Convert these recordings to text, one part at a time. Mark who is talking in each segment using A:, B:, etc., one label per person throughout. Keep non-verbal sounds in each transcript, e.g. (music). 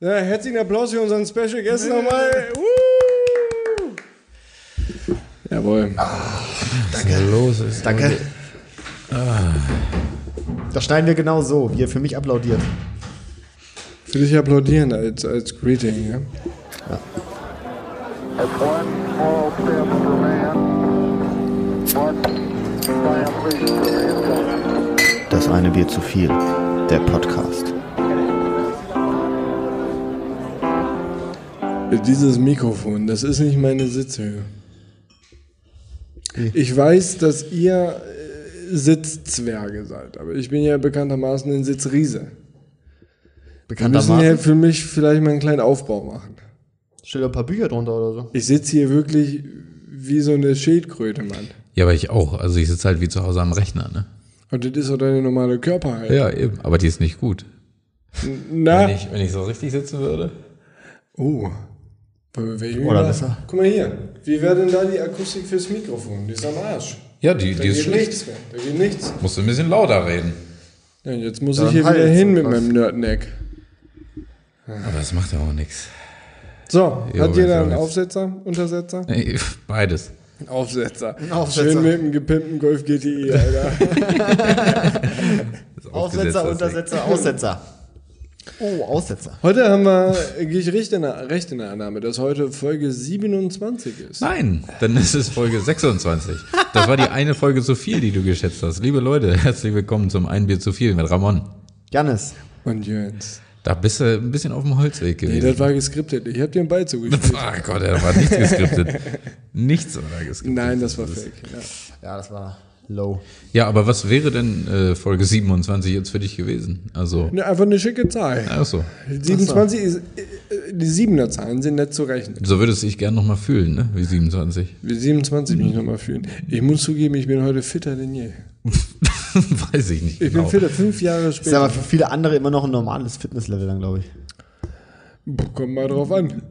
A: Ja, herzlichen Applaus für unseren Special Guest nochmal. Woo! Jawohl.
B: Danke.
C: Los ist.
B: Danke. Das schneiden wir genau so, wie ihr für mich applaudiert.
A: Für dich applaudieren als, als Greeting, ja?
D: That's one small step for man, one giant leap for mankind.
E: Das eine Bier zu viel. Der Podcast.
A: Dieses Mikrofon, das ist nicht meine Sitzhöhe. Ich weiß, dass ihr äh, Sitzzwerge seid, aber ich bin ja bekanntermaßen ein Sitzriese. Wir müssen ja für mich vielleicht mal einen kleinen Aufbau machen.
B: Stell da ein paar Bücher drunter oder so.
A: Ich sitze hier wirklich wie so eine Schildkröte, Mann.
C: Ja, aber ich auch. Also ich sitze halt wie zu Hause am Rechner, ne?
A: Und das ist doch deine normale Körperhaltung.
C: Ja, eben. Aber die ist nicht gut.
A: Na,
C: ich, wenn ich so richtig sitzen würde.
A: oh. Wollen wir welche
B: Oder
A: wieder-
B: besser.
A: Guck mal hier. Wie wäre denn da die Akustik fürs Mikrofon? Die ist am Arsch.
C: Ja, die,
A: Da
C: die ist
A: geht
C: schlecht.
A: nichts mehr. Da geht nichts.
C: Musst du ein bisschen lauter reden.
A: Ja, und jetzt muss
B: Dann
A: ich hier
B: halt
A: wieder hin
B: so
A: mit
B: krass.
A: meinem Nerdneck.
C: Aber das macht ja auch nichts.
A: So,
C: Jo,
A: hat
C: jetzt
A: jeder einen
C: aber jetzt-
A: Aufsetzer, Untersetzer?
C: Nee, Beides.
A: Ein Aufsetzer. Ein
B: Aufsetzer.
A: Schön mit dem gepimpten Golf GTI, Alter.
C: Ist aufgesetzt,
B: Aufsetzer,
C: das
B: Untersetzer, Aussetzer. Oh, Aussetzer.
A: heute haben wir, äh, gehe ich recht in, der, recht in der Annahme, dass heute Folge 27 ist.
C: Nein, dann ist es Folge 26. Das war die eine Folge zu viel, die du geschätzt hast. Liebe Leute, herzlich willkommen zum Ein Bier zu viel mit Ramon.
B: Janis.
A: Und Jens.
C: Da bist du ein bisschen auf dem Holzweg
A: Nee,
C: gewesen.
A: das war geskriptet. Ich hab dir einen Ball zugespielt.
C: (laughs) Ah Gott, da war nichts geskriptet. Nichts war da geskriptet.
A: Nein, das war fake. Ja.
B: Ja, das war low.
C: Ja, aber was wäre denn äh, Folge 27 jetzt für dich gewesen? Also,
A: Ne, einfach eine schicke Zahl.
C: ach so.
A: 27 ist, äh, äh, die 7er Zahlen sind nett zu rechnen.
C: So würdest du dich gerne nochmal fühlen, ne? Wie 27.
A: Wie 27 mich nochmal fühlen. Ich muss zugeben, ich bin heute fitter denn je.
C: (laughs) Weiß ich nicht
A: Ich
C: genau.
A: bin fitter, fünf Jahre
B: Ist aber
A: später.
B: für viele andere immer noch ein normales Fitnesslevel dann, glaube ich.
A: Puh, Kommt mal drauf an. (laughs) ne?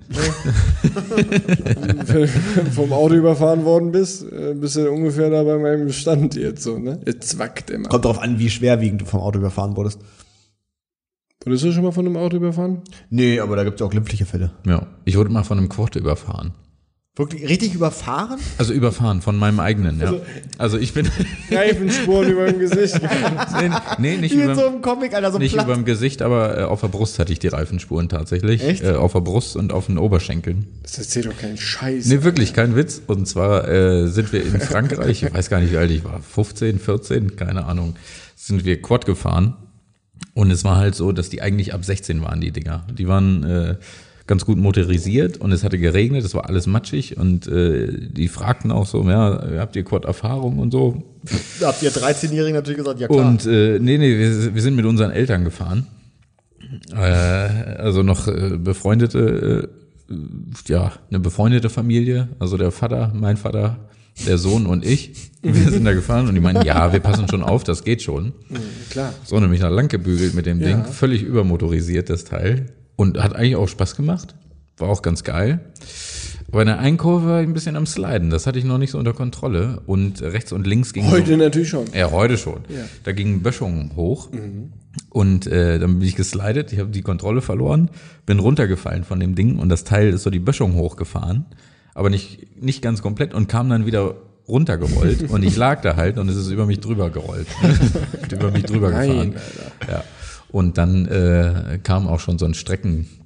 A: Wenn du vom Auto überfahren worden bist, äh, bist du ungefähr da bei meinem Stand jetzt so, ne? Es zwackt immer.
B: Kommt darauf an, wie schwerwiegend du vom Auto überfahren wurdest.
A: Wurdest du schon mal von einem Auto überfahren?
B: Nee, aber da gibt es auch glimpfliche Fälle.
C: Ja, ich wurde mal von einem Quad überfahren.
B: Wirklich richtig überfahren?
C: Also überfahren von meinem eigenen, ja. Also ich bin (laughs)
A: Reifenspuren über dem Gesicht.
C: nee, nee, nicht
B: Wie in so
C: über
B: einem Comic, Alter, so
C: nicht
B: platt.
C: überm Gesicht, aber äh, auf der Brust hatte ich die Reifenspuren tatsächlich.
B: Echt?
C: Äh, auf der Brust und auf den Oberschenkeln.
A: Das erzählt doch keinen Scheiß.
C: Nee, wirklich, kein Witz. Und zwar äh, sind wir in Frankreich, ich weiß gar nicht, wie alt ich war, 15, 14, keine Ahnung, sind wir Quad gefahren. Und es war halt so, dass die eigentlich ab 16 waren, die Dinger. Die waren äh, ganz gut motorisiert und es hatte geregnet, es war alles matschig und äh, die fragten auch so, ja, habt ihr Quad-Erfahrung und so?
B: Da habt ihr 13-Jährigen natürlich gesagt, ja klar.
C: Und äh, nee, nee, wir, wir sind mit unseren Eltern gefahren. Äh, also noch äh, befreundete, äh, ja, eine befreundete Familie. Also der Vater, mein Vater, der Sohn und ich. Wir sind da gefahren und die meinen, ja, wir passen schon auf, das geht schon.
A: Mhm, Klar.
C: So, nämlich da lang gebügelt mit dem
A: Ja.
C: Ding. Völlig übermotorisiert, das Teil. Und hat eigentlich auch Spaß gemacht. War auch ganz geil. Aber in der Einkurve war ich ein bisschen am Sliden. Das hatte ich noch nicht so unter Kontrolle. Und rechts und links ging so
A: Heute natürlich schon.
C: ja, heute schon. Da gingen Böschungen hoch. Und äh, dann bin ich geslidet, ich habe die Kontrolle verloren, bin runtergefallen von dem Ding und das Teil ist so die Böschung hochgefahren, aber nicht, nicht ganz komplett und kam dann wieder runtergerollt und ich lag da halt und es ist über mich drüber gerollt. (laughs) über mich drüber
A: Nein,
C: gefahren. Ja. Und dann äh, kam auch schon so ein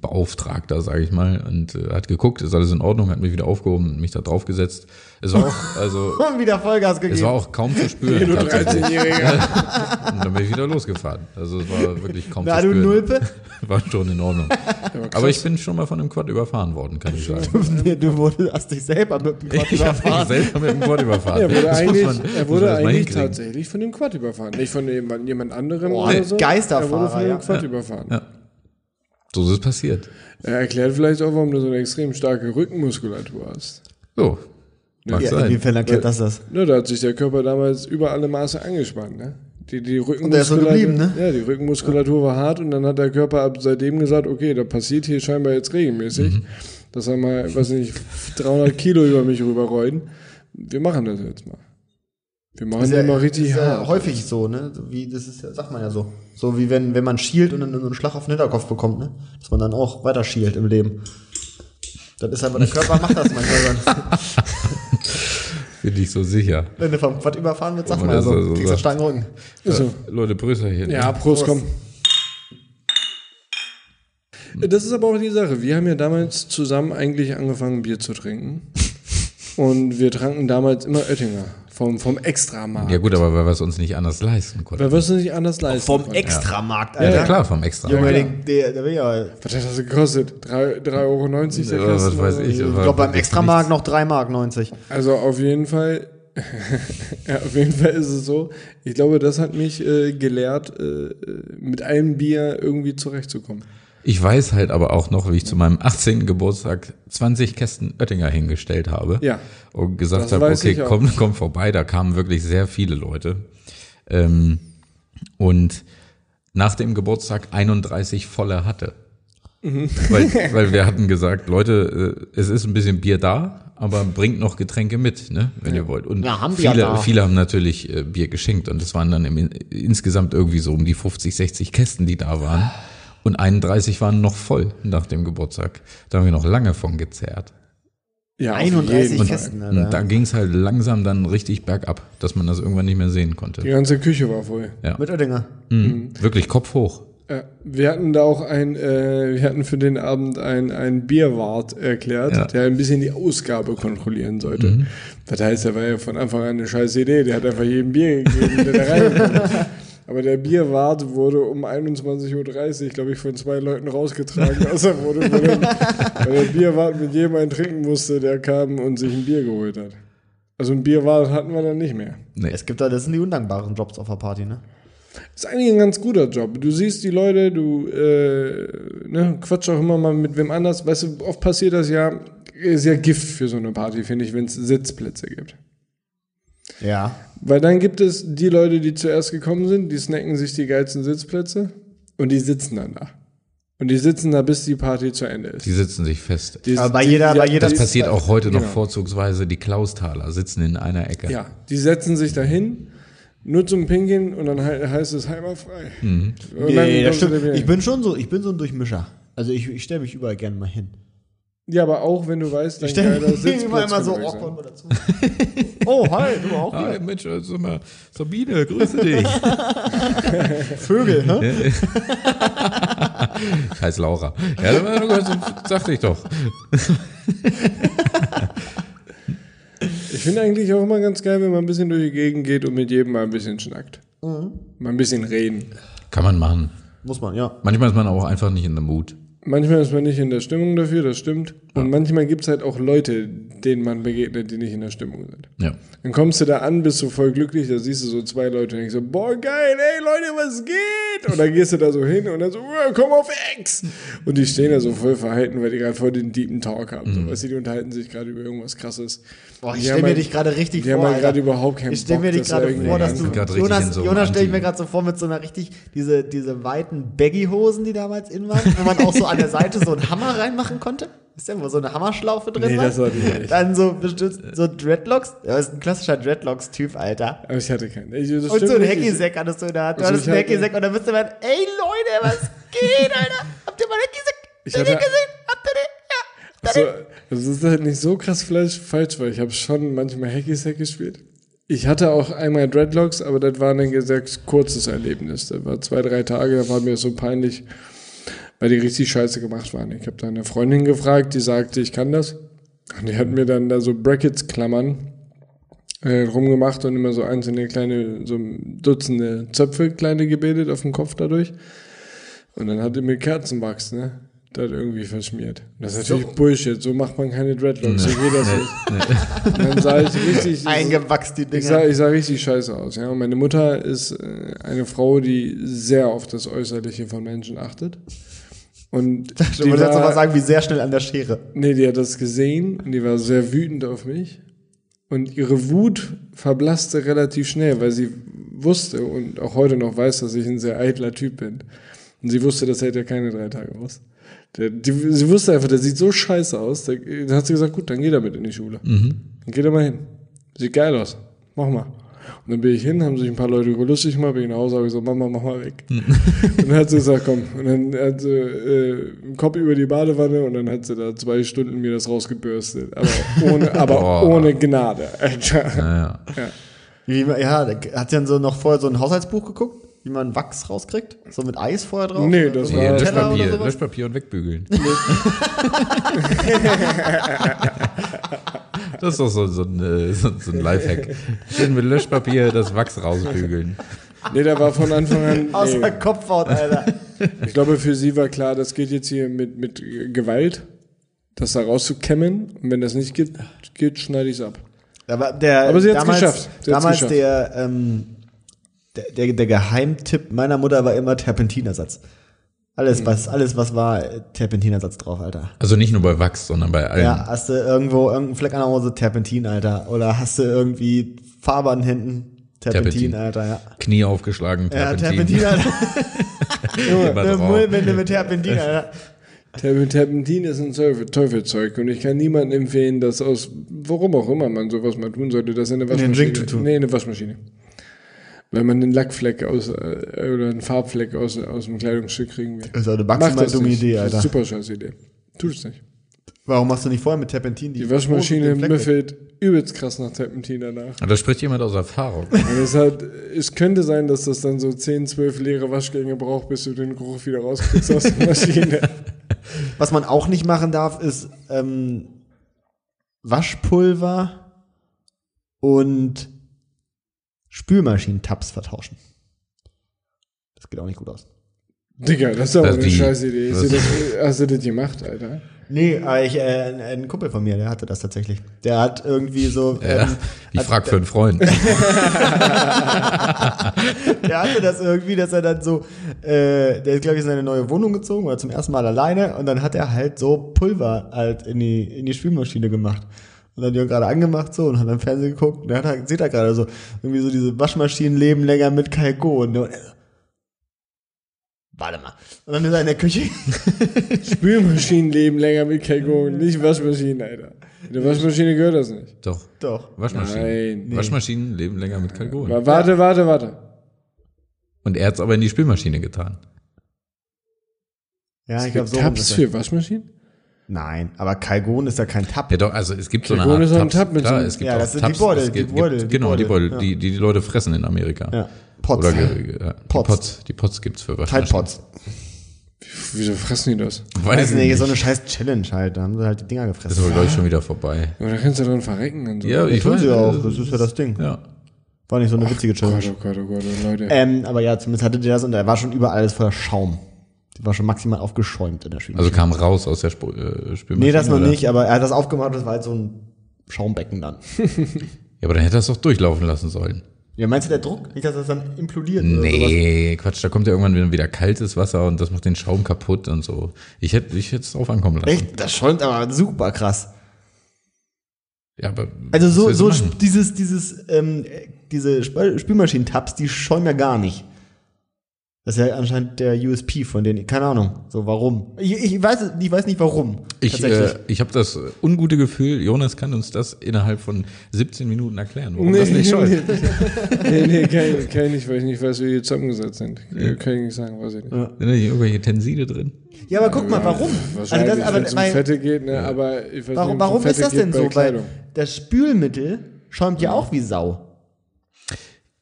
C: Streckenbeauftragter, sage ich mal, und äh, hat geguckt, ist alles in Ordnung, hat mich wieder aufgehoben, und mich da draufgesetzt. Es war auch, also
B: Und wieder Vollgas
C: es war
B: gegeben.
C: auch kaum zu spüren.
A: Nur
C: tatsächlich.
A: 13-Jähriger.
C: Und dann bin ich wieder losgefahren. Also es war wirklich kaum
B: Na
C: zu
B: du
C: spüren.
B: Nulpe,
C: War schon in Ordnung. Aber ich bin schon mal von einem Quad überfahren worden, kann ich sagen.
B: nee, du wurdest, hast dich selber mit dem Quad
C: (laughs) Ich habe
B: überfahren.
C: selber mit einem Quad überfahren.
A: Er wurde
C: Das muss
A: eigentlich,
C: man- muss
A: er
C: man
A: wurde
C: erst mal
A: eigentlich
C: hinkriegen.
A: tatsächlich von dem Quad überfahren. Nicht von jemand, jemand anderem
B: Boah,
A: oder so.
B: Geisterfahrer,
A: Er wurde von dem
B: ja.
A: Quad überfahren.
C: So ist es passiert.
A: Er erklärt vielleicht auch, warum du so eine extrem starke Rückenmuskulatur hast.
C: So. Mag
B: Ja,
C: sein.
B: inwiefern erklärt das das?
A: Ne, da hat sich der Körper damals über alle Maße angespannt. Ne? Die, die Rückenmuskulatur,
B: der ist so geblieben, ne?
A: Ja, die Rückenmuskulatur war hart und dann hat der Körper ab seitdem gesagt, okay, da passiert hier scheinbar jetzt regelmäßig,
B: Mhm.
A: dass er mal, weiß nicht, 300 Kilo über mich rüberrollen. Wir machen das jetzt mal. Wir machen ja immer richtig
B: ist ja
A: hart.
B: häufig so, ne? Wie, das ist, ja- sagt man ja so. So wie wenn, wenn man schielt und dann so einen Schlag auf den Hinterkopf bekommt, ne? Dass man dann auch weiter schielt im Leben. Das ist einfach, der Körper macht das manchmal.
C: (laughs)
B: dann.
C: Bin ich so sicher.
B: Wenn du vom Quad überfahren wird, sag
C: Wenn man
B: mal
C: das
B: so.
C: so
B: kriegst du einen
C: sagt.
B: starken Rücken.
A: Also,
C: Leute, Brüsserchen.
A: ja, Prost,
B: Prost.
A: komm. Äh, Das ist aber auch die Sache. Wir haben ja damals zusammen eigentlich angefangen, Bier zu trinken. Und wir tranken damals immer Oettinger. Vom, vom Extramarkt.
C: Ja gut, aber weil wir es uns nicht anders leisten konnten.
A: Wer wirst du nicht anders leisten?
B: Vom
A: können.
B: Extramarkt,
C: Ja,
B: Alter.
C: klar, vom Extra.
B: Junge,
A: Ja,
B: ja,
A: klar.
B: der, der will ja.
A: Was hat das gekostet? Drei- 3,90 Euro der
C: Ja, was
A: Kasten
C: weiß
A: oder
C: ich.
A: so.
B: Ich glaube, beim Extramarkt noch 3 Mark 90.
A: Also auf jeden Fall, (laughs) ja, auf jeden Fall ist es so. Ich glaube, das hat mich äh, gelehrt, äh, mit einem Bier irgendwie zurechtzukommen.
C: Ich weiß halt aber auch noch, wie ich zu meinem 18. Geburtstag 20 Kästen Oettinger hingestellt habe.
A: Ja.
C: Und gesagt
A: Das
C: habe,
A: weiß
C: okay,
A: ich auch.
C: komm, komm vorbei. Da kamen wirklich sehr viele Leute. Ähm, und nach dem Geburtstag 31 volle hatte. Mhm. (laughs) Weil, weil wir hatten gesagt, Leute, äh, es ist ein bisschen Bier da, aber bringt noch Getränke mit, ne, wenn ihr wollt. Und
B: Ja, haben wir
C: viele,
B: da.
C: viele haben natürlich äh, Bier geschenkt und es waren dann im, insgesamt irgendwie so um die 50, 60 Kästen, die da waren. Und 31 waren noch voll nach dem Geburtstag. Da haben wir noch lange von gezerrt.
A: Ja, auf
B: 31
A: jeden Fall.
B: Kästen, Alter.
C: Und da ging es halt langsam dann richtig bergab, dass man das irgendwann nicht mehr sehen konnte.
A: Die ganze Küche war voll.
B: Mit Oettinger.
C: Mhm. Wirklich Kopf hoch.
A: Ja, Äh, wir hatten da auch ein, äh, wir hatten für den Abend ein, ein Bierwart erklärt,
C: Ja.
A: der ein bisschen die Ausgabe kontrollieren sollte. Das heißt, er war ja von Anfang an eine scheiß Idee, der hat einfach jedem Bier gegeben, der da reingekommen ist. Aber der Bierwart wurde um 21.30 Uhr, glaube ich, von zwei Leuten rausgetragen, aus der Wohnung, weil der- weil der Bierwart mit jedem einen trinken musste, der kam und sich ein Bier geholt hat. Also ein Bierwart hatten wir dann nicht mehr.
C: Nee.
B: Es gibt da, das sind die undankbaren Jobs auf der Party, ne?
A: Ist eigentlich ein ganz guter Job. Du siehst die Leute, du äh, ne, quatsch auch immer mal mit wem anders. Weißt du, oft passiert das ja, ist ja Gift für so eine Party, finde ich, wenn es Sitzplätze gibt.
B: Ja.
A: Weil dann gibt es die Leute, die zuerst gekommen sind, die snacken sich die geilsten Sitzplätze und die sitzen dann da. Und die sitzen da, bis die Party zu Ende ist.
C: Die sitzen sich fest.
A: Die,
B: Aber bei
A: die-
B: jeder- bei jeder-
C: Das
A: die-
C: passiert auch heute noch
A: Genau.
C: vorzugsweise. Die Klaustaler sitzen in einer Ecke.
A: Ja, die setzen sich dahin, nur zum Pinkeln und dann he- heißt es heimerfrei. Mhm.
B: Nee, das stimmt. Ich bin schon so, ich bin so ein Durchmischer. Also ich, ich stelle mich überall gerne mal hin.
A: ja, aber auch wenn du weißt, dein
B: Ich stelle (laughs)
A: geiler
B: mich
A: Sitzplatz
B: immer, immer so
A: kann weg sein.
B: awkward dazu. oh, hi, du auch
C: Hi, Mensch, also mal, Sabine, grüße dich. (laughs)
B: Vögel, hä?
C: Ich heiße Laura. Ja, das sagte ich doch.
A: Ich finde eigentlich auch immer ganz geil, wenn man ein bisschen durch die Gegend geht und mit jedem mal ein bisschen schnackt.
B: Mhm.
A: Mal ein bisschen reden.
C: Kann man machen.
B: Muss man, ja.
C: Manchmal ist man auch einfach nicht in der Mut.
A: Manchmal ist man nicht in der Stimmung dafür, das stimmt. Und manchmal gibt es halt auch Leute, denen man begegnet, die nicht in der Stimmung sind.
C: Ja.
A: Dann kommst du da an, bist du voll glücklich, da siehst du so zwei Leute und denkst so, boah, geil, ey Leute, was geht? Und dann gehst du da so hin und dann so, "Uah, komm auf Ex. Und die stehen da so voll verhalten, weil die gerade voll den deepen Talk haben. So, weißt du, die unterhalten sich gerade über irgendwas krasses.
B: Mhm. Boah,
A: Die haben
B: ich stelle mir
A: halt-
B: dich gerade richtig
A: die
B: vor.
A: haben halt
B: Alter.
A: gerade überhaupt keinen
B: Ich stelle mir
A: Bock,
B: dich
A: dass da
B: gerade
A: irgendwer
B: vor, dass
A: ran-
B: du.
C: sind grad richtig in
B: Jonas,
C: so einem
B: Jonas stelle ich mir
C: Anti-
B: gerade so vor mit so einer richtig. Diese, diese weiten Baggy-Hosen, die damals in waren, wo man auch so an der Seite so einen Hammer reinmachen konnte. Ist ja, wo so eine Hammerschlaufe drin
A: Nee,
B: war.
A: das war die nicht.
B: Dann so bestimmt so Dreadlocks. Er ist ein klassischer Dreadlocks-Typ, Alter.
A: Aber ich hatte keinen. Ich, das
B: Und
A: stimmt
B: so ein
A: nicht. Ich-
B: Hackisack hattest du in der Hand. Du
A: Also
B: hattest
A: ich
B: einen
A: hatte-
B: Hackisack und dann bist du dann, ey Leute, was geht, Alter? Habt ihr mal einen Hackisack?
A: Ich
B: Habt ihr den
A: hatte-
B: gesehen? Habt ihr den? Ja. Habt
A: Also,
B: ihr
A: das ist halt nicht so krass falsch, falsch weil ich habe schon manchmal Hacky Sack gespielt. Ich hatte auch einmal Dreadlocks, aber das war ein sehr kurzes Erlebnis. Das war zwei, drei Tage, da war mir das so peinlich, weil die richtig scheiße gemacht waren. Ich habe da eine Freundin gefragt, die sagte, ich kann das. Und die hat mir dann da so Brackets-Klammern äh, rumgemacht und immer so einzelne kleine, so Dutzende Zöpfe kleine gebildet auf dem Kopf dadurch. Und dann hat er mir Kerzenwachs, ne? Das irgendwie verschmiert. Das ist natürlich Bullshit. So macht man keine Dreadlocks. So geht das nicht. Und dann sah ich richtig.
B: (laughs) den? Eingewachst die
A: Ich sah,
B: Dinger.
A: ich sah richtig scheiße aus, ja. Und meine Mutter ist äh, eine Frau, die sehr auf das Äußerliche von Menschen achtet. Und
B: Du wolltest jetzt noch mal sagen, wie sehr schnell an der Schere.
A: Nee, die hat das gesehen und die war sehr wütend auf mich. Und ihre Wut verblasste relativ schnell, weil sie wusste und auch heute noch weiß, dass ich ein sehr eitler Typ bin. Und sie wusste, das hält ja keine drei Tage aus. Der, die, sie wusste einfach, der sieht so scheiße aus. Der, dann hat sie gesagt, gut, dann geh damit in die Schule. Dann geh da mal hin. Sieht geil aus. Mach mal. Und dann bin ich hin, haben sich ein paar Leute über lustig gemacht, bin ich nach Hause, habe gesagt, Mama, mach mal weg. (laughs) und dann hat sie gesagt, komm. Und dann hat sie äh, einen Kopf über die Badewanne und dann hat sie da zwei Stunden mir das rausgebürstet. Aber ohne, aber
C: Boah.
A: ohne Gnade, Alter.
C: Naja.
B: Wie, ja, da hat sie dann so noch vorher so ein Haushaltsbuch geguckt, wie man Wachs rauskriegt? So mit Eis vorher drauf?
A: Nee,
B: Oder
A: das
B: so
A: war-
C: Nee,
A: Teller
C: Löschpapier,
B: sowas?
C: Löschpapier und wegbügeln. (laughs) das ist doch so, so, ein, äh, so, so ein Lifehack. Schön mit Löschpapier das Wachs rausbügeln.
A: Nee, da war von Anfang an.
B: Aus
A: Nee.
B: der Kopfhaut, Alter.
A: Ich glaube, für sie war klar, das geht jetzt hier mit, mit Gewalt, das da rauszukämmen. Und wenn das nicht geht, geht schneide ich es ab.
B: Aber, der,
A: Aber sie hat's
B: damals,
A: geschafft. Sie hat's
B: damals
A: geschafft.
B: Der, ähm, der, der, der Geheimtipp meiner Mutter war immer Terpentinersatz.
A: Mhm.
B: Alles, was, alles, was war, äh, Terpentinersatz drauf, Alter.
C: Also nicht nur bei Wachs, sondern bei allen.
B: Ja, hast du irgendwo irgendeinen Fleck an der Hose, Terpentin, Alter. Oder hast du irgendwie Farbe an den Händen, Terpentin,
C: Terpentin.
B: Alter, ja.
C: Knie aufgeschlagen,
B: Ja,
A: (laughs)
C: Terpentin.
B: Terpentin, Alter.
C: immer
B: Eine
C: drauf.
B: Mullwinde mit
A: (laughs)
B: Terpentin, Alter.
A: Terp- Terpentin ist ein Teufel- Teufelzeug und ich kann niemandem empfehlen, dass aus, warum auch immer man sowas mal tun sollte, das in eine
B: den
A: Waschmaschine.
B: Drink zu tun.
A: Nee, in eine Waschmaschine. Wenn man einen Lackfleck aus, äh, oder einen Farbfleck aus, aus dem Kleidungsstück kriegen will.
B: Das ist eine
A: Mach
B: maximal
A: das
B: dumme
A: nicht.
B: Idee,
A: Das ist
B: Alter.
A: Super scheiß Idee. Tut es nicht.
B: Warum machst du nicht vorher mit Terpentin
A: Die Waschmaschine
B: den Fleck weg?
A: müffelt übelst krass nach Terpentin danach.
C: Und da spricht jemand aus Erfahrung.
A: Und es, hat, es könnte sein, dass das dann so 10, 12 leere Waschgänge braucht, bis du den Geruch wieder rauskriegst aus der Maschine.
C: (laughs)
B: Was man auch nicht machen darf, ist ähm, Waschpulver und Spülmaschinentabs vertauschen. Das geht auch nicht gut aus.
A: Digga, das ist aber
C: Das
A: eine
C: Also die-
A: scheiß Idee. Hast du,
C: das-
A: das, hast du das gemacht, Alter?
B: Nee, aber ich, äh, ein, ein Kumpel von mir, der hatte das tatsächlich. Der hat irgendwie so,
C: Ja.
B: ähm,
C: Ich
A: also,
C: frag für einen
A: äh,
C: Freund.
A: (laughs)
B: (laughs) der hatte das irgendwie, dass er dann so, äh, der ist, glaube ich, in seine neue Wohnung gezogen oder zum ersten Mal alleine und dann hat er halt so Pulver halt in die, in die Spülmaschine gemacht. Und dann hat Jörg gerade angemacht so und hat am Fernsehen geguckt und dann hat er, sieht er gerade so, irgendwie so diese Waschmaschinen leben länger mit Kalko und, und er so, warte mal. Und dann ist er in der Küche (laughs)
A: Spülmaschinen leben länger mit Kego, nicht Waschmaschinen, Alter. In der Waschmaschine gehört das nicht.
C: Doch.
B: doch.
C: Waschmaschinen.
A: Nein, nee.
C: Waschmaschinen leben länger mit Kalkon.
A: Aber warte, warte, warte.
C: Und er hat es aber in die Spülmaschine getan.
B: Ja, ich
A: Ich
B: glaube
A: glaub,
B: so. rum
A: Tabs
B: ist er.
A: für Waschmaschinen?
B: Nein, aber Kalgon ist ja kein Tab.
C: Ja, doch, also es gibt so eine
A: Kalkon
C: Art
A: ist so ein
C: Tabs.
A: Tab mit so
C: Klar,
A: einem-
C: es gibt
B: Ja,
C: auch
B: das sind die
C: Tabs.
B: Beutel,
C: es
B: die Beutel, die
C: genau, die
B: Beutel,
C: Beutel,
B: ja.
C: die, die die Leute fressen in Amerika.
B: Ja, Pots.
C: Oder ge- ge- ja, die
B: Pots.
C: Pots. Die Pots gibt's für
B: Tide
C: Waschmaschinen.
B: Pots.
A: Wieso fressen die das?
C: Weiß,
B: Weiß
C: ich
B: nicht,
C: nicht.
B: so eine scheiß Challenge halt. Da haben sie halt die Dinger
C: Das
B: gefressen.
C: ist aber, glaube ich, schon wieder vorbei.
A: Aber da kannst du dran verrecken. Und so.
C: Ja, ich
B: tun
C: weiß.
B: sie auch, das ist ja das Ding.
C: Ja.
B: War nicht so eine witzige
A: Gott,
B: Challenge.
A: oh Gott, oh Gott, oh Leute.
C: Äh,
B: Ähm, aber ja, zumindest hatte der das und da war schon überall alles voller Schaum. Die war schon maximal aufgeschäumt in der Schule.
C: Also kam raus aus der Spu äh, Spülmaschine.
B: nee, das noch
C: oder?
B: nicht, aber er hat das aufgemacht, das war halt so ein Schaumbecken dann.
C: Ja, aber dann hätte er es doch durchlaufen lassen sollen.
B: ja, meinst du der Druck? Nicht, dass das dann implodiert oder sowas?
C: Nee, Quatsch, da kommt ja irgendwann wieder kaltes Wasser und das macht den Schaum kaputt und so. Ich hätte ich hätte es drauf ankommen lassen.
B: Echt? Das schäumt aber super krass.
C: Ja, aber
B: Also so,
C: was
B: so
C: willst du
B: sp-
C: machen?
B: dieses, dieses, ähm, äh, diese Spül- Spülmaschinentabs, die schäumen ja gar nicht. Das ist ja anscheinend der USP von denen. Keine Ahnung. So, warum? Ich, ich weiß, es- ich weiß nicht warum.
C: ich, äh, ich habe das äh, ungute Gefühl, Jonas kann uns das innerhalb von 17 Minuten erklären, warum das nicht schäumt.
A: nee, nee, nee, kann ich, kann ich nicht, weil ich nicht weiß, wie die zusammengesetzt sind. Kann ich nicht sagen, weiß ich nicht.
C: Sind da nicht irgendwelche Tenside drin?
B: ja, aber guck mal, warum? Also
A: Wahrscheinlich,
B: das- aber-
A: wenn es um
B: weil-
A: Fette geht, ne? aber ich weiß
B: Warum,
A: nicht, ob's um
B: warum ist
A: Fette
B: das
A: geht
B: denn
A: bei
B: so? Weil
A: Kleidung.
B: das Spülmittel schäumt ja auch wie Sau.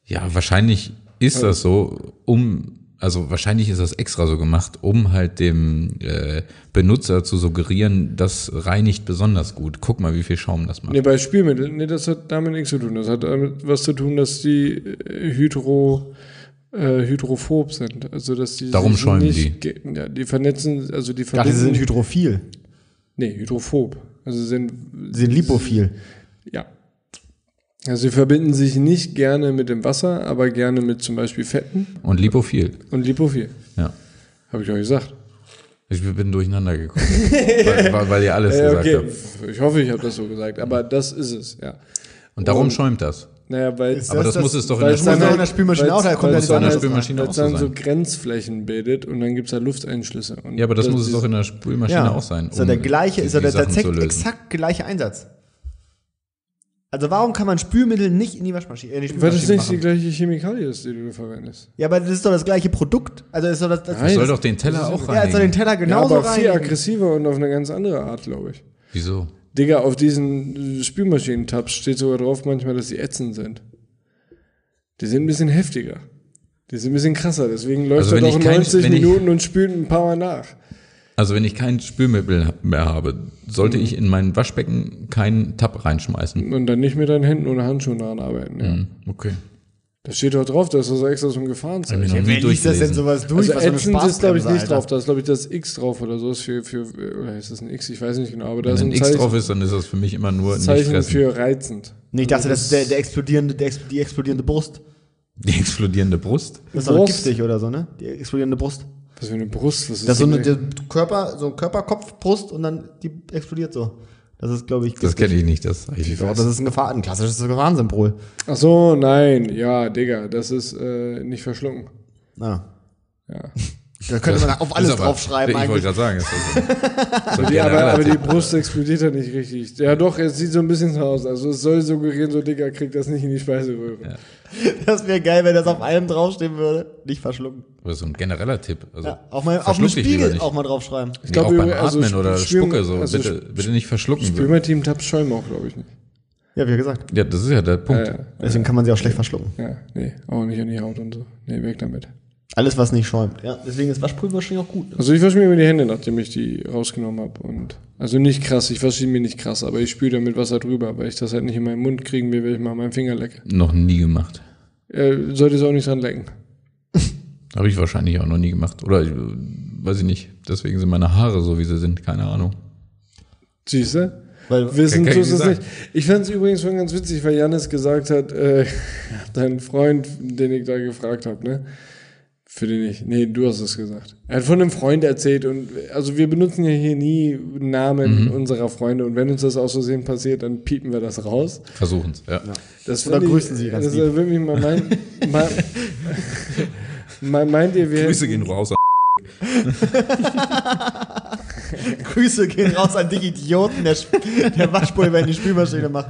C: Ja, wahrscheinlich ist das so, um, also wahrscheinlich ist das extra so gemacht, um halt dem äh, Benutzer zu suggerieren, das reinigt besonders gut. Guck mal, wie viel Schaum das macht.
A: Nee, Ne, bei Spielmitteln, nee, das hat damit nichts zu tun. Das hat damit was zu tun, dass die äh, hydro, äh, hydrophob sind. Also, dass die
C: Darum
A: sich
C: schäumen die.
A: nicht, ge- Ja, die vernetzen, also die
B: Dachte, sie
A: verbinden.
B: sind hydrophil.
A: nee, hydrophob. Also sind,
B: Sie sind lipophil.
A: ja. Also sie verbinden sich nicht gerne mit dem Wasser, aber gerne mit zum Beispiel Fetten
C: Und lipophil.
A: und Lipophil.
C: Ja.
A: Habe ich euch gesagt.
C: Ich bin
A: (laughs)
C: durcheinander gekommen. weil, weil, weil ihr alles
A: Äh,
C: gesagt
A: okay,
C: habt.
A: ich hoffe, ich habe das so gesagt, aber das ist es, ja.
C: Und darum
A: Und-
C: schäumt das.
A: Naja, weil
C: Aber das,
B: das-
C: muss es doch in
A: weil
C: der
A: es
C: Spülmaschine-
A: dann
B: doch
A: halt-
B: in der Spülmaschine
A: weil's-
B: auch, da
A: weil's
B: kommt ja die
A: dann
B: andere
A: halt-
C: Spülmaschine
A: weil's
C: auch so
A: dann so
C: sein.
A: Grenzflächen bildet und dann gibt es da Lufteinschlüsse. Und
C: Ja, aber das, muss es
A: ist-
C: doch in der Spülmaschine auch sein.
B: ist ja Also der
C: um
B: gleiche,
C: die-
B: ist ja
C: die
B: der
C: Sachen zu
B: tatsächlich
C: lösen.
B: exakt gleiche Einsatz. Also warum kann man Spülmittel nicht in die Waschmaschine, äh, in die
A: Weil das
B: Spülmaschine
A: nicht die
B: machen?
A: gleiche Chemikalie ist, die du verwendest.
B: Ja, aber das ist doch das gleiche Produkt. Also ist doch das, das
A: Nein,
C: Soll
A: das-
C: doch den Teller auch
B: ja,
C: rein.
B: ist doch den Teller
A: Ja,
B: genauso
A: aber
B: rein.
A: viel aggressiver und auf eine ganz andere Art, glaube ich.
C: Wieso?
A: Digga, auf diesen äh, Spülmaschinentabs steht sogar drauf manchmal, dass die ätzend sind. Die sind ein bisschen heftiger. Die sind ein bisschen krasser, deswegen läuft
C: Also
A: er
C: wenn
A: doch
C: ich kein-
A: 90
C: wenn ich-
A: Minuten und spült ein paar Mal nach.
C: Also wenn ich kein Spülmittel mehr habe, sollte ich in mein Waschbecken keinen Tab reinschmeißen.
A: Und dann nicht mit deinen Händen ohne Handschuhen daran arbeiten. Ja.
C: Hm, Okay.
B: Also
A: Da steht doch drauf, dass das extra so ein
C: Hab ich
A: Gefahrenzeichen
C: noch
A: ist.
C: nie
B: Wer liest das denn
C: durchgelesen.
B: sowas durch?
A: Also
B: Was für
A: ätzend
B: eine
A: ist, glaube ich,
B: Spaßbremse,
A: nicht
B: Alter.
A: drauf. Da ist, glaube ich, das X drauf oder so. Ist für, für, oder ist das ein X? Ich weiß nicht genau, aber da ist
C: Wenn
A: ein
C: ein X drauf
A: Zeichen,
C: ist, dann ist das für mich immer nur nicht
A: Zeichen
C: fressen.
A: für reizend.
B: Nee, ich dachte, das ist der, der explodierende, der, ex- die explodierende Brust.
C: Die explodierende Brust.
B: Das ist doch
A: Brust?
B: giftig oder so, ne? Die explodierende Brust.
A: Was für eine Brust. Was ist
B: Das ist so eine
A: denn-
B: der Körper, so ein Körperkopf, Brust und dann die explodiert so. Das ist, glaube ich,
C: Das kenne ich nicht, das Zeichen.
B: Doch, das ist ein Gefahr, ein klassisches Gefahrensymbol.
A: Ach so, nein. Ja, Digga, das ist äh, nicht verschlungen.
B: Na.
A: Ja.
B: Ah. (laughs) Da könnte man auf alles
C: Ist aber-
B: draufschreiben
C: Ich wollte
B: eigentlich.
C: gerade sagen. Ist das
B: (laughs)
A: Die, aber, aber die Brust explodiert ja nicht richtig. Ja, doch, es sieht so ein bisschen so aus. Also, es soll suggerieren, so Digga, kriegt das nicht in die Speiseröhre.
B: Das wäre geil, wenn das auf allem draufstehen würde. Nicht verschlucken.
C: aber so ein genereller Tipp. Also
B: Ja, auf, meinem, auf
C: verschluck
B: dem
C: dich lieber
B: Spiegel
C: nicht.
B: auch mal draufschreiben.
A: Ich
C: Nee,
A: glaub,
C: auch beim
A: über- also
C: Atmen oder
A: Spül-
C: Spucke so.
A: also
C: bitte,
A: Sp-
C: bitte nicht verschlucken. So.
A: Spülmateam Tabs schäumen auch, glaube ich, nicht.
B: Ja, wie gesagt.
C: Ja, das ist ja der Punkt.
A: Äh,
B: Deswegen kann man sie auch schlecht verschlucken.
A: ja, nee, auch nicht an die Haut und so. Nee, weg damit.
B: Alles, was nicht schäumt. Ja, deswegen ist Waschpulver wahrscheinlich auch gut.
A: Also, ich wasche mir immer die Hände, nachdem ich die rausgenommen habe. Und also nicht krass, ich wasche sie mir nicht krass, aber ich spüle damit Wasser drüber, weil ich das halt nicht in meinen Mund kriegen will, wenn ich mal meinen Finger lecke.
C: Noch nie gemacht.
A: Äh, sollte es auch nicht dran lecken.
C: Habe ich wahrscheinlich auch noch nie gemacht. Oder ich, äh, weiß ich nicht. Deswegen sind meine Haare so, wie sie sind. Keine Ahnung.
A: Siehst du?
B: Weil,
C: (laughs)
A: Wissen
C: Kann- kann
A: tust
C: ich
A: du es
C: nicht
A: nicht. Ich fand es übrigens schon ganz witzig, weil Janis gesagt hat, äh, (laughs) dein Freund, den ich da gefragt habe, ne? Für den ich. Nee, du hast es gesagt. Er hat von einem Freund erzählt und also wir benutzen ja hier nie Namen unserer Freunde und wenn uns das aus Versehen passiert, dann piepen wir das raus.
C: Versuchen es. Ja.
A: Das
B: Oder
A: fand ich-
B: grüßen Sie ganz
A: das
B: lieb.
A: Wirklich mal mein, mein,
B: (laughs)
A: mein, meint ihr, wir
C: Grüße
A: hätten-
C: gehen raus.
B: Grüße gehen raus an die Idioten, der, Sp- der Waschpulver in die Spülmaschine macht.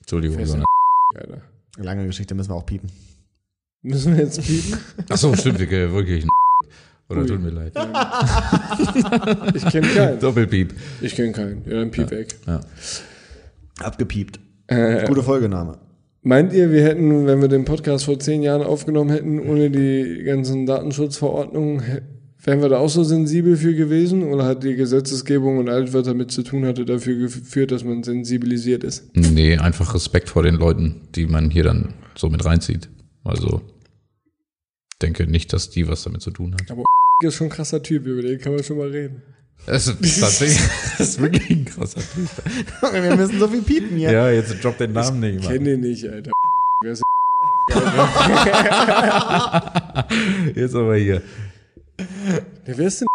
C: Entschuldigung. So eine
A: (laughs) Alter.
B: Lange Geschichte müssen wir auch piepen.
A: Müssen wir jetzt piepen?
C: Achso, stimmt. Wir, äh, wirklich. ein Oder tut mir leid.
A: Ich kenne keinen.
C: Doppelpiep.
A: Ich kenne keinen. Ja, dann piep weg. Äh,
C: Ja.
B: Abgepiept. Gute Folgename.
A: Meint ihr, wir hätten, wenn wir den Podcast vor zehn Jahren aufgenommen hätten, ohne die ganzen Datenschutzverordnungen, hä- wären wir da auch so sensibel für gewesen? Oder hat die Gesetzesgebung und alles, was damit zu tun hatte, dafür geführt, dass man sensibilisiert ist?
C: Nee, einfach Respekt vor den Leuten, die man hier dann so mit reinzieht. Also denke nicht, dass die was damit zu tun hat.
A: Ist schon ein krasser Typ, über den kann man schon mal reden. (laughs)
C: Das ist tatsächlich (laughs) das ist wirklich ein krasser Typ.
B: Wir müssen so viel piepen hier.
C: Ja, jetzt drop den Namen nicht
A: Ich
C: mal.
A: kenne den nicht, Alter. Wer ist
C: (laughs) Jetzt aber hier.
A: der? Wer ist denn?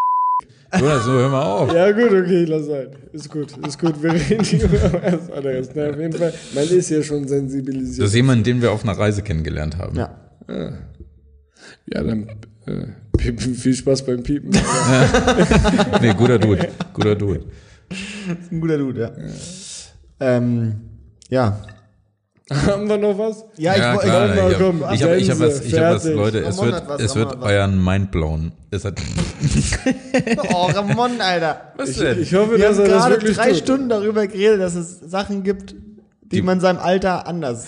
C: Jonas, so, hör mal auf.
A: Ja, gut, okay, lass sein. Ist gut, ist gut. Wir reden hier über was anderes. Na, auf jeden Fall, man ist ja schon
C: Das ist
A: sensibilisiert.
C: jemand, den wir auf einer Reise kennengelernt haben.
B: Ja.
A: Ja, dann äh, piepen. viel Spaß beim Piepen.
C: (laughs) Nee, guter Dude. Guter Dude.
B: Ist ein guter Dude, ja. Ähm, ja.
A: Haben wir noch was?
B: Ja,
C: Ja,
B: ich,
C: klar,
A: wollte-
C: ich
A: komm,
C: habe ich hab, ich hab was,
A: Bremse,
C: ich hab was,
A: fertig.
C: Leute, es
B: Ramon
C: wird,
B: hat was,
C: es wird
B: Ramon hat was.
C: euren Mind blown.
B: (laughs)
C: Es hat,
B: ich, oh, Ramon,
C: (laughs)
B: Alter.
C: was
A: Ich, ich hoffe,
B: Wir
A: dass
B: haben
A: er das
B: gerade
A: wirklich
B: drei
A: tut.
B: Stunden darüber geredet, dass es Sachen gibt, die,
C: Die-
B: man seinem Alter anders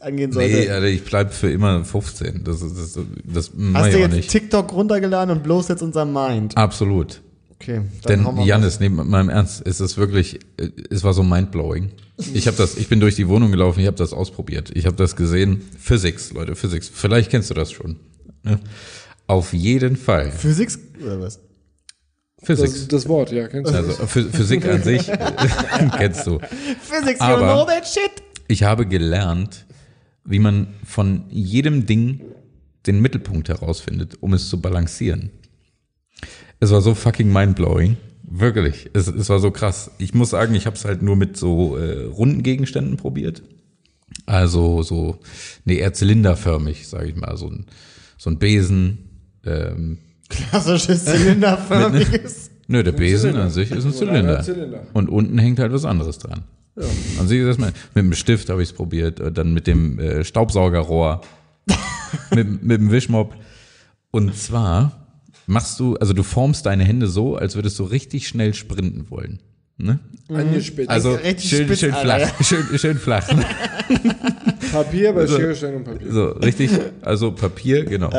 B: angehen sollte.
C: Nee, Alter, ich bleib für immer 15. Das, ist- das, das mach
B: Hast du
C: ich auch
B: jetzt
C: nicht.
B: TikTok runtergeladen und bloß jetzt unser Mind?
C: Absolut.
B: Okay,
C: Denn
B: hauen wir
C: Janis, neben meinem Ernst, ist es wirklich, äh, es war so mindblowing. Ich habe das, ich bin durch die Wohnung gelaufen, ich habe das ausprobiert, ich habe das gesehen. Physics, Leute, Physics. Vielleicht kennst du das schon. Ne? Auf jeden Fall.
B: mal. Physics oder was?
A: Das, (laughs)
C: Physics.
A: das Wort, ja, kennst du.
C: Also Phy- Physik an sich äh, (laughs) kennst du.
B: Physics, you
C: Aber-
B: know that shit.
C: Ich habe gelernt, wie man von jedem Ding den Mittelpunkt herausfindet, um es zu balancieren. Es war so fucking mindblowing. Wirklich. Es, es war so krass. Ich muss sagen, ich habe es halt nur mit so äh, runden Gegenständen probiert. Also so, nee, eher zylinderförmig, sage ich mal. So ein, so ein Besen. Ähm,
B: Klassisches
C: (laughs)
B: Zylinderförmiges.
C: nö, der Besen an sich ist ein
A: So ein langer Zylinder.
C: Zylinder. Und unten hängt halt was anderes dran. An sich ist erstmal, mit dem Stift habe ich es probiert, äh, dann mit dem äh, Staubsaugerrohr, mit, mit dem Wischmopp. Und zwar machst du, also du formst deine Hände so, als würdest du richtig schnell sprinten wollen. Ne?
A: Angespitzt.
C: Also
B: Richtig
C: schön,
B: spitz,
C: schön
B: Alter.
C: flach, (laughs) schön, schön flach. ne?
A: Papier bei
C: Also-
A: Schere, Stein und Papier.
C: So, richtig, also Papier, genau.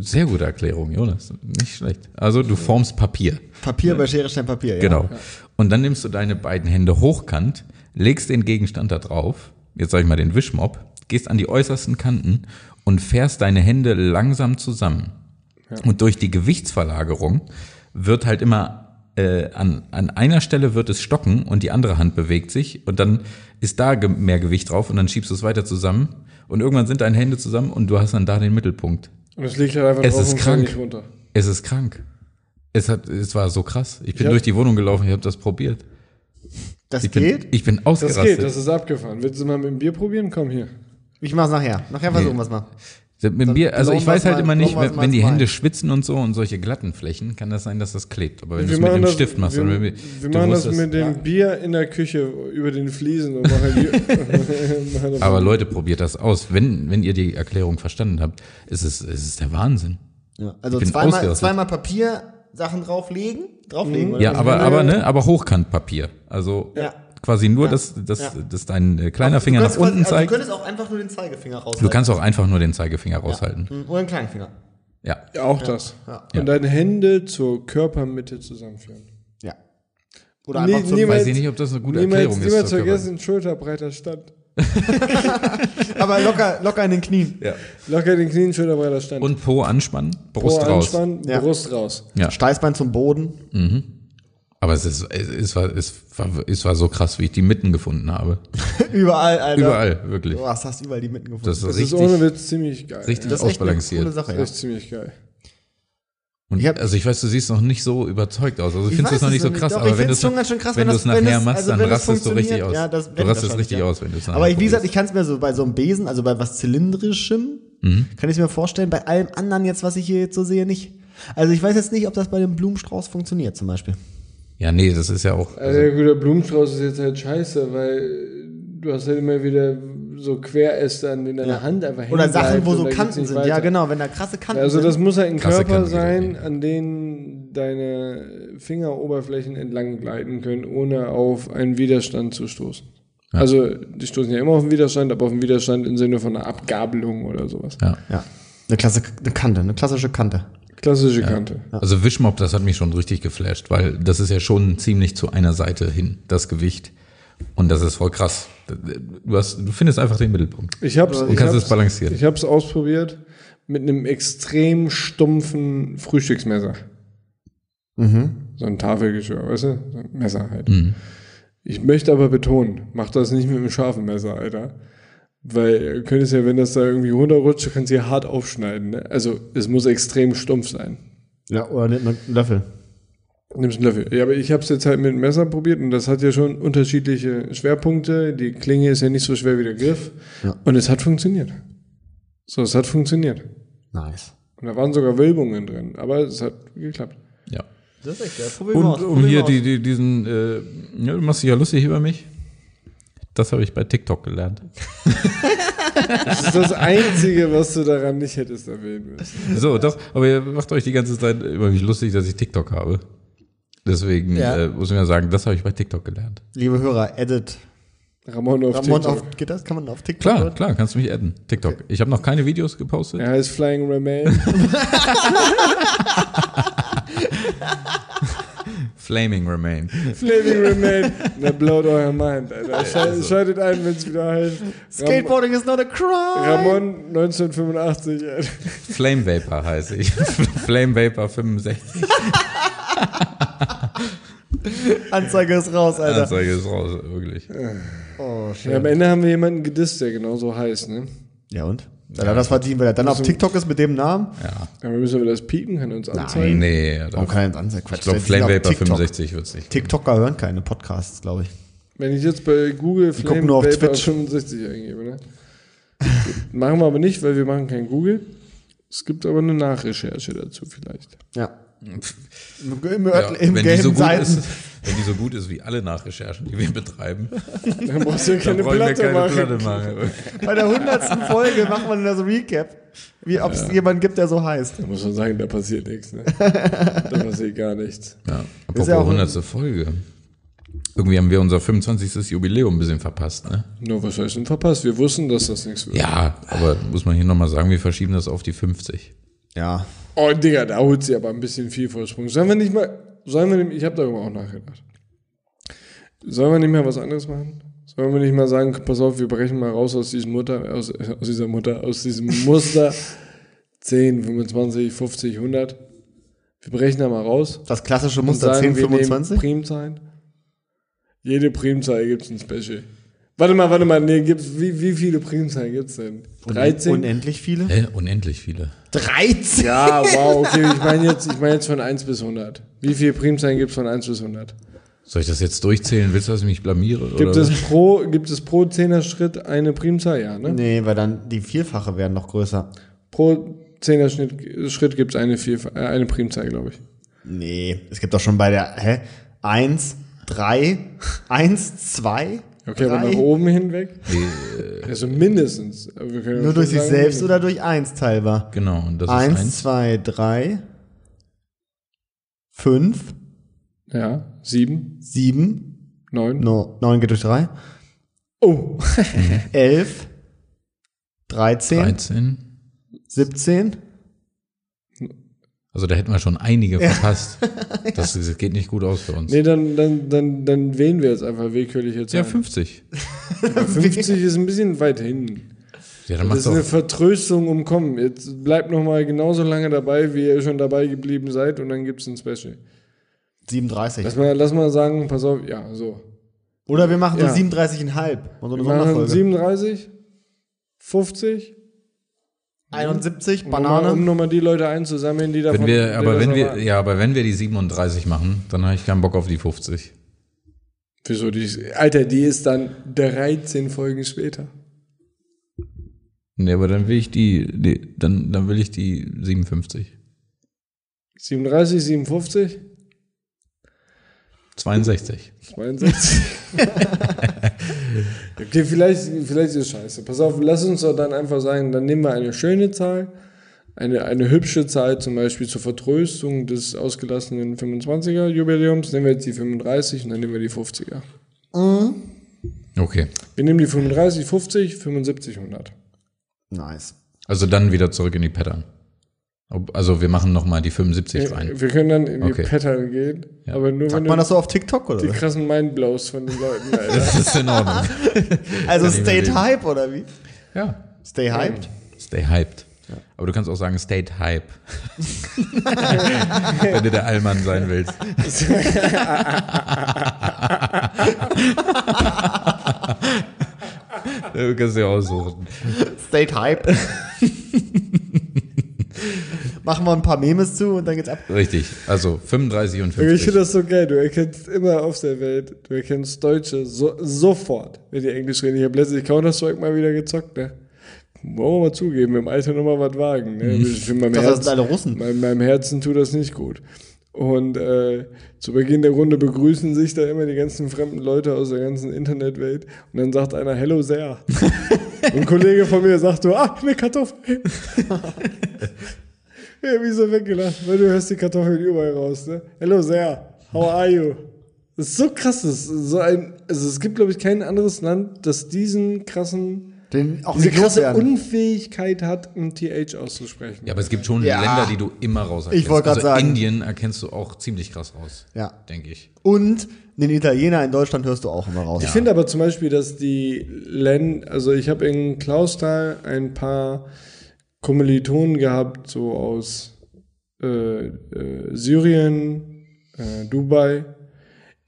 C: Sehr gute Erklärung, Jonas. Nicht schlecht. Also du formst Papier.
B: Papier bei Schere, Stein, Papier. Ja.
C: Genau. Und dann nimmst du deine beiden Hände hochkant, legst den Gegenstand da drauf, jetzt sage ich mal den Wischmopp, gehst an die äußersten Kanten und fährst deine Hände langsam zusammen. Und durch die Gewichtsverlagerung wird halt immer äh, an, an einer Stelle wird es stocken und die andere Hand bewegt sich und dann ist da ge mehr Gewicht drauf und dann schiebst du es weiter zusammen und irgendwann sind deine Hände zusammen und du hast dann da den Mittelpunkt.
A: Und es liegt halt einfach
C: Es
A: drauf
C: ist
A: und fällt
C: krank.
A: nicht runter.
C: Es ist krank. Es, hat, es war so krass. Ich bin
A: Ja.
C: durch die Wohnung gelaufen, ich habe das probiert.
B: Das
C: Ich bin,
B: geht?
C: ich bin
A: Das
C: ausgerastet.
A: geht, das ist abgefahren. Willst du mal mit dem Bier probieren? Komm hier.
B: Ich mach's nachher. Nachher versuchen wir's mal.
C: Mit mir, also
B: Dann
C: ich weiß halt
B: blauen
C: immer
B: wir's
C: nicht,
B: mal-
C: wenn,
B: blauen
C: wenn die
B: wir's mal
C: Hände
B: ein.
C: schwitzen und so und solche glatten Flächen, kann das sein, dass das klebt. Aber wenn du
A: Wir
C: es mit
A: machen
C: dem
A: das-
C: Stift machst,
A: wir,
C: dann
A: wir,
C: du
A: machen das
C: musst
A: mit dem Bier in der Küche über den Fliesen und machen die, (laughs) machen das-
C: (laughs) Aber Leute, probiert das aus. Wenn, wenn ihr die Erklärung verstanden habt, ist es, es ist der Wahnsinn.
B: Ja. Also
C: bin
B: zweimal,
C: ausgerastet.
B: zweimal Papier, Sachen drauflegen. Drauflegen, oder?
C: Ja,
B: was?
C: aber, aber, ne, aber Hochkantpapier. Also
B: Ja.
C: quasi nur, dass, dass,
B: Ja.
C: dass dein äh, kleiner
B: Du
C: Finger nach
B: könntest quasi-
C: unten
B: Also, du
C: zeigt.
B: könntest auch einfach nur den Zeigefinger raushalten. Hm,
C: Du kannst auch einfach nur den Zeigefinger raushalten.
B: Oder den kleinen Finger.
C: Ja.
A: Ja, auch das.
B: Ja.
A: Und deine Hände zur Körpermitte zusammenführen.
B: Ja. Oder
A: Nie-
B: einfach zum,
A: niemals-
C: Weiß ich nicht, ob das eine gute
A: Niemals,
C: Erklärung ist.
A: niemals
C: zur Körper-
A: vergessen, schulterbreiter Stand.
B: aber locker, locker in den Knien.
C: Ja.
A: Locker den Knien, schulterbreiter Stand.
C: Und Po anspannen, Brust
A: Po
C: raus.
A: anspannen,
B: Ja.
A: Brust raus.
C: Ja.
B: Steißbein zum Boden. (laughs)
C: Aber es, ist, es, es, war, es, war, es war so krass, wie ich die mitten gefunden habe.
B: Überall, Alter.
C: Überall, wirklich.
B: Du hast, hast überall die mitten gefunden.
C: Das ist
A: Das ist
C: richtig,
A: ohne Witz ziemlich geil.
C: richtig
B: Das ist echt eine coole
C: ausbalanciert.
B: Sache,
A: Das
B: ja.
A: ist ziemlich geil.
C: Und
B: Ich hab-
C: also ich weiß, du siehst noch nicht so überzeugt aus. Also ich
B: Ich
C: findest du
B: weiß
C: es noch
B: es
C: nicht so
B: noch nicht.
C: krass,
B: Doch, ich
C: aber wenn
B: find's
C: du es
B: schon ganz schön krass, wenn
C: wenn du es
B: das- wenn
C: nachher
B: das-
C: machst,
B: also
C: dann
B: wenn das
C: rastest du richtig
B: funktioniert,
C: aus.
B: ja, das-
C: du
B: wenn das
C: rastest
B: wahrscheinlich,
C: richtig
B: ja.
C: aus, wenn du es
B: Aber ich, wie
C: probierst.
B: gesagt, ich kann es mir so bei so einem Besen, also bei was Zylindrischem,
C: Mhm.
B: kann ich es mir vorstellen. Bei allem anderen jetzt, was ich hier jetzt so sehe, nicht. Also ich weiß jetzt nicht, ob das bei dem Blumenstrauß funktioniert zum Beispiel.
C: Ja, nee, das ist ja auch.
A: Also, der gute Blumenstrauß ist jetzt halt scheiße, weil du hast halt immer wieder so Queräste, an denen deine Hand einfach hängen
B: Oder Sachen,
A: bleibt
B: wo
A: und
B: so
A: da geht's
B: Kanten
A: nicht
B: sind.
A: weiter.
B: Ja, genau, wenn da krasse Kanten
A: Also
B: sind.
A: das muss halt ein
C: Klasse
A: Körper
C: kann jeder
A: sein,
C: nehmen.
A: an den deine Fingeroberflächen entlang gleiten können, ohne auf einen Widerstand zu stoßen. Also die stoßen ja immer auf den Widerstand, aber auf den Widerstand im Sinne von einer Abgabelung oder sowas.
C: ja.
B: ja. Eine, klasse, eine Kante, eine klassische Kante.
A: Klassische Kante.
C: Also Wischmopp, das hat mich schon richtig geflasht, weil das ist ja schon ziemlich zu einer Seite hin, das Gewicht. Und das ist voll krass. Du, hast, du findest einfach den Mittelpunkt.
A: Ich hab's,
C: Und
A: ich
C: kannst es
A: hab's,
C: balancieren.
A: ich hab's ausprobiert mit einem extrem stumpfen Frühstücksmesser.
C: Mhm.
A: So ein Tafelgeschirr, weißt du? So ein Messer halt. Ich möchte aber betonen, mach das nicht mit einem scharfen Messer, Alter. Weil ihr könnt es ja, wenn das da irgendwie runterrutscht, kannst du ja hart aufschneiden. Ne? Also es muss extrem stumpf sein.
B: Ja, oder einen Löffel.
A: Nimmst einen Löffel. Ja, aber ich habe es jetzt halt mit einem Messer probiert und das hat ja schon unterschiedliche Schwerpunkte. Die Klinge ist ja nicht so schwer wie der Griff. Und es hat funktioniert. So, es hat funktioniert.
B: Nice.
A: Und da waren sogar Wölbungen drin, aber es hat geklappt.
C: Ja.
B: Das ist echt geil. Probier
C: Und um hier die, die, diesen, äh, ja, du machst dich ja lustig über mich. Das habe ich bei TikTok gelernt.
A: Das ist das Einzige, was du daran nicht hättest erwähnen müssen.
C: So, doch, aber ihr macht euch die ganze Zeit über mich lustig, dass ich TikTok habe. Deswegen
B: Ja.
C: äh, muss ich ja sagen, das habe ich bei TikTok gelernt.
B: Liebe Hörer, edit.
A: Ramon auf
B: Ramon
A: TikTok.
B: auf, geht das? Kann man auf TikTok?
C: Klar, klar, kannst du mich adden. TikTok. Ich habe noch keine Videos gepostet.
A: Er heißt Flying Remain. (laughs)
C: Flaming Remain.
A: Flaming Remain. Na, blowt euer Mind, Alter. Schal-
B: also-
A: Schaltet ein, wenn es wieder heißt. Ram
B: Skateboarding is not a crime.
A: Ramon 1985. Alter.
C: Flame Vapor
B: (laughs)
C: heiße ich. Flame Vapor 65.
B: Anzeige ist raus, Alter.
A: Also,
C: Anzeige ist raus, wirklich.
B: Oh,
A: Ja, am Ende haben wir jemanden gedisst, der genauso heißt, ne?
B: Ja und? Dann hat das verdient, weil er dann auf TikTok ist mit dem Namen.
C: Ja.
A: Aber müssen wir das pieken? Kann er uns anzeigen?
C: Nee, da-
B: Warum kann er das Quatsch?
C: ich glaube, Flame Vapor 65 wird's nicht.
B: TikToker hören keine Podcasts, glaube ich.
A: Wenn ich jetzt bei Google Flame
B: gucken nur auf
A: Vapor
B: Twitch.
A: 65 eingebe, ne? (laughs) Gut, machen wir aber nicht, weil wir machen kein Google. Es gibt aber eine Nachrecherche dazu vielleicht.
B: Ja. Im, im,
C: Ja,
B: im
C: wenn die
B: gelben
C: so gut
B: Seiten.
C: ist, wenn wenn die so gut ist wie alle Nachrecherchen, die wir betreiben,
A: Dann brauchst du ja
C: dann
A: keine
C: brauchen wir
A: Platte
C: keine
A: machen.
C: Platte machen.
B: Bei der hundertsten Folge macht man das Recap. Wie ob es jemanden gibt, der so heißt.
A: Da muss man sagen, da passiert nichts. Ne? da passiert gar nichts.
C: Ja, apropos
B: ja auch-
C: 100. Folge. Irgendwie haben wir unser 25. Jubiläum ein bisschen verpasst, ne?
A: Nur was heißt denn verpasst? Wir wussten, dass das nichts wird.
C: Ja, aber muss man hier nochmal sagen, wir verschieben das auf die 50.
B: Ja.
A: Oh, Digga, da holt sie aber ein bisschen viel Vorsprung. Sollen wir nicht mal, sollen wir nicht, ich habe darüber auch nachgedacht. Sollen wir nicht mal was anderes machen? Sollen wir nicht mal sagen, pass auf, wir brechen mal raus aus diesem Mutter, aus, äh, aus dieser Mutter, aus diesem Muster 10, 25, 50, 100. Wir brechen da mal raus.
B: Das klassische
A: und
B: Muster
A: sagen,
B: 10,
A: wir nehmen
B: 25?
A: Primzahlen. Jede Primzahl gibt's ein Special. Warte mal, warte mal, nee, gibt's, wie, wie viele Primzahlen gibt's denn? 13?
B: Unendlich viele?
C: Hä? Unendlich viele.
B: 13?
A: Ja, Ah, wow, okay, ich meine jetzt, ich meine jetzt von 1 bis 100. Wie viele Primzahlen gibt es von 1 bis 100?
C: Soll ich das jetzt durchzählen? Willst du, dass ich mich blamiere?
A: Gibt
C: oder?
A: es pro, gibt es pro 10er Schritt eine Primzahl? Ja, ne?
B: Nee, weil dann die Vierfache werden noch größer.
A: Pro 10er Schnitt, Schritt gibt es eine, Vielf- äh, eine Primzahl, glaube ich.
B: Nee, es gibt doch schon bei der, hä? 1, (laughs) 3, 1, 2,
A: Okay, aber nach
B: drei.
A: oben hinweg? Also mindestens. Aber wir können
B: Nur
A: schon
B: durch sich
A: sagen,
B: selbst oder durch 1 teilbar?
C: Genau, und das ist
B: 1,
C: eins.
B: 2, 3, 5,
A: Ja, 7,
B: 7,
A: 9.
B: 9 geht durch 3,
A: Oh,
B: 11, 13,
C: 13.
B: 17,
C: Also da hätten wir schon einige verpasst. Das, das geht nicht gut aus für uns.
A: nee, dann, dann, dann, dann wählen wir jetzt einfach willkürlich jetzt.
C: ja,
A: ein.
C: 50.
A: 50 ist ein bisschen weit hinten.
C: Ja,
A: Das
C: dann mach
A: ist eine
C: doch.
A: Vertröstung umkommen. Jetzt bleibt noch mal genauso lange dabei, wie ihr schon dabei geblieben seid und dann gibt's ein Special.
B: 37.
A: Lass mal, lass mal sagen, pass auf, ja, so.
B: Oder wir machen so
A: Ja.
B: 37,5. Und so eine
A: Wir machen
B: Sonderfolge.
A: 37, 50,
B: 71,
A: Nochmal, um
B: Banane.
A: nochmal die Leute einzusammeln, die davon...
C: Wenn wir,
A: die
C: aber
A: das
C: wenn wir,
A: nochmal-
C: ja, aber wenn wir die 37 machen, dann habe ich keinen Bock auf die 50.
A: Wieso, die ist, Alter, die ist dann 13 Folgen später.
C: Nee, aber dann will ich die, nee, dann, dann will ich die 57.
A: 37, 57,
C: 62.
A: 62. (laughs) okay, vielleicht, vielleicht ist es scheiße. Pass auf, lass uns doch dann einfach sagen, dann nehmen wir eine schöne Zahl, eine, eine hübsche Zahl zum Beispiel zur Vertröstung des ausgelassenen 25er-Jubiläums. Nehmen wir jetzt die 35 und dann nehmen wir die 50er.
C: Okay.
A: Wir nehmen die 35, 50, 75, 100.
B: Nice.
C: Also dann wieder zurück in die Pattern. Ob- Also wir machen nochmal die 75 rein.
A: Wir können dann in die
C: Okay.
A: Pattern gehen,
C: Ja.
A: aber nur
B: Sagt
A: wenn
B: man das
A: du
B: so auf TikTok oder?
A: die
B: was?
A: krassen Mindblows von den Leuten,
C: (laughs)
A: Alter.
C: Das ist in (laughs) Ordnung.
B: Also
C: ich
B: stay
C: überlegen.
B: hype oder wie?
C: Ja.
B: Stay hyped?
C: Stay hyped. Aber du kannst auch sagen, stay hype. (laughs) Wenn du der Allmann sein willst.
A: (laughs)
C: du kannst dir aussuchen.
B: Stay hyped. (laughs) Machen wir ein paar Memes zu und dann geht's ab.
C: Richtig. Also 35 und
A: Ich finde
C: 50.
A: das so geil. Du erkennst immer auf der Welt, du erkennst Deutsche so, sofort, wenn die Englisch reden. Ich habe letztens Counter-Strike mal wieder gezockt, ne? Wollen wir mal zugeben, im Alter nochmal was wagen. Ne? Ich find, meinem
B: dachte, Mhm. das
A: Herz-
B: sind alle Russen.
A: Meinem, meinem Herzen tut das nicht gut. Und äh, zu Beginn der Runde begrüßen sich da immer die ganzen fremden Leute aus der ganzen Internetwelt. Und dann sagt einer Hello
B: (laughs)
A: sehr. Und Ein Kollege von mir sagt so, ah, eine Kartoffel. (laughs) Ja, wie so weggelacht, weil du hörst die Kartoffeln überall raus, ne? Hello, Sarah. How are you? Das ist so krass. Das ist so ein, also es gibt, glaube ich, kein anderes Land, das diesen krassen,
B: Den auch
A: diese
B: nicht
A: krasse
B: loswerden.
A: Unfähigkeit hat, ein TH auszusprechen.
C: Ja, aber es gibt schon
B: Ja.
C: Länder, die du immer raus erkennst.
B: Ich wollte gerade
C: also
B: sagen.
C: Indien erkennst du auch ziemlich krass raus.
B: Ja.
C: Denke ich.
B: Und den Italiener in Deutschland hörst du auch immer raus.
A: Ich finde aber zum Beispiel, dass die Len, also ich habe in Klausthal ein paar Kommilitonen gehabt, so aus äh, äh, Syrien, äh, Dubai.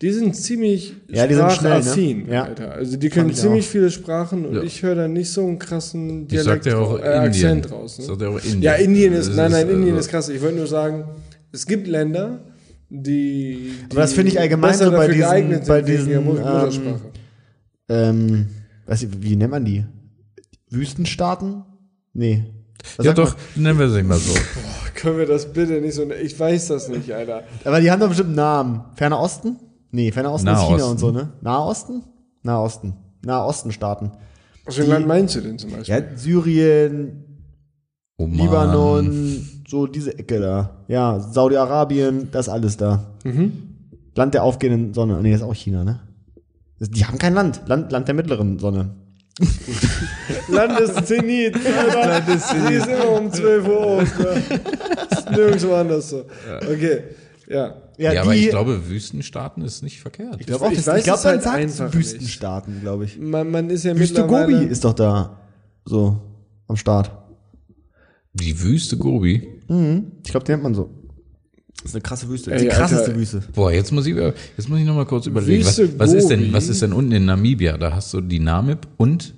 A: Die sind ziemlich
B: Ja, die sind schnell, ne?
A: sprachaffin,
B: Ja.
A: Alter. Also die können
B: ich
A: ziemlich
B: auch.
A: viele Sprachen und
C: Ja.
A: ich höre da nicht so einen krassen
C: Ich sag
A: Dialekt,
C: dir auch
A: äh,
C: Indien.
A: Akzent raus. Ne?
C: Ich sag dir auch Indien.
A: Ja, Indien ist,
C: Hm.
A: nein,
C: Das
A: nein, Indien
C: also-
A: ist krass. Ich wollte nur sagen, es gibt Länder, die, die
B: Aber das finde ich allgemein
A: besser
B: so bei
A: dafür
B: diesen-
A: geeignet sind
B: bei
A: wegen ihrer
B: diesen,
A: Mut-
B: ähm,
A: Muttersprache.
B: Ähm, weiß ich, wie nennt man die? Wüstenstaaten? Nee. Was
C: Ja
B: sagt man?
C: doch, nennen wir sie mal so.
A: Können wir das bitte nicht so. Ich weiß das nicht, Alter.
B: Aber die haben doch bestimmt einen Namen. Ferner Osten? Nee, Fernahosten ist
C: Nahosten.
B: China und so, ne? Nahosten? Nahosten. Nahostenstaaten.
A: Aus welchem Land meinst du denn zum Beispiel?
B: Ja, Syrien,
C: Oh Mann.
B: Libanon, so diese Ecke da. Ja, Saudi-Arabien, das alles da. Land der aufgehenden Sonne. Nee, ist auch China, ne? Das- Die haben kein Land. Land, Land der mittleren Sonne.
A: Landeszenit.
B: (laughs)
A: Landeszenit. Sie ist immer um 12 Uhr auf. Ne? Ist nirgendwo anders so. Okay, ja.
C: Ja, aber ich glaube, Wüstenstaaten ist nicht verkehrt.
B: Ich glaube auch,
A: Ich
B: ich
A: weiß
B: ich glaub,
A: es
B: man
A: halt
B: sagt
A: einfach
B: Wüstenstaaten, glaube ich.
A: Man, man ist ja
B: Wüste Gobi
A: mittlerweile...
B: ist doch da so am Start.
C: Die Wüste Gobi.
B: Ich glaube, die nennt man so. Das ist eine krasse Wüste.
A: Ey,
B: die krasseste
A: Alter.
B: Wüste.
C: Boah, jetzt muss ich, über- jetzt muss ich noch mal kurz überlegen. Was,
A: Wüste
C: was, ist denn,
A: Gobi?
C: was ist denn unten in Namibia? Da hast du die Namib und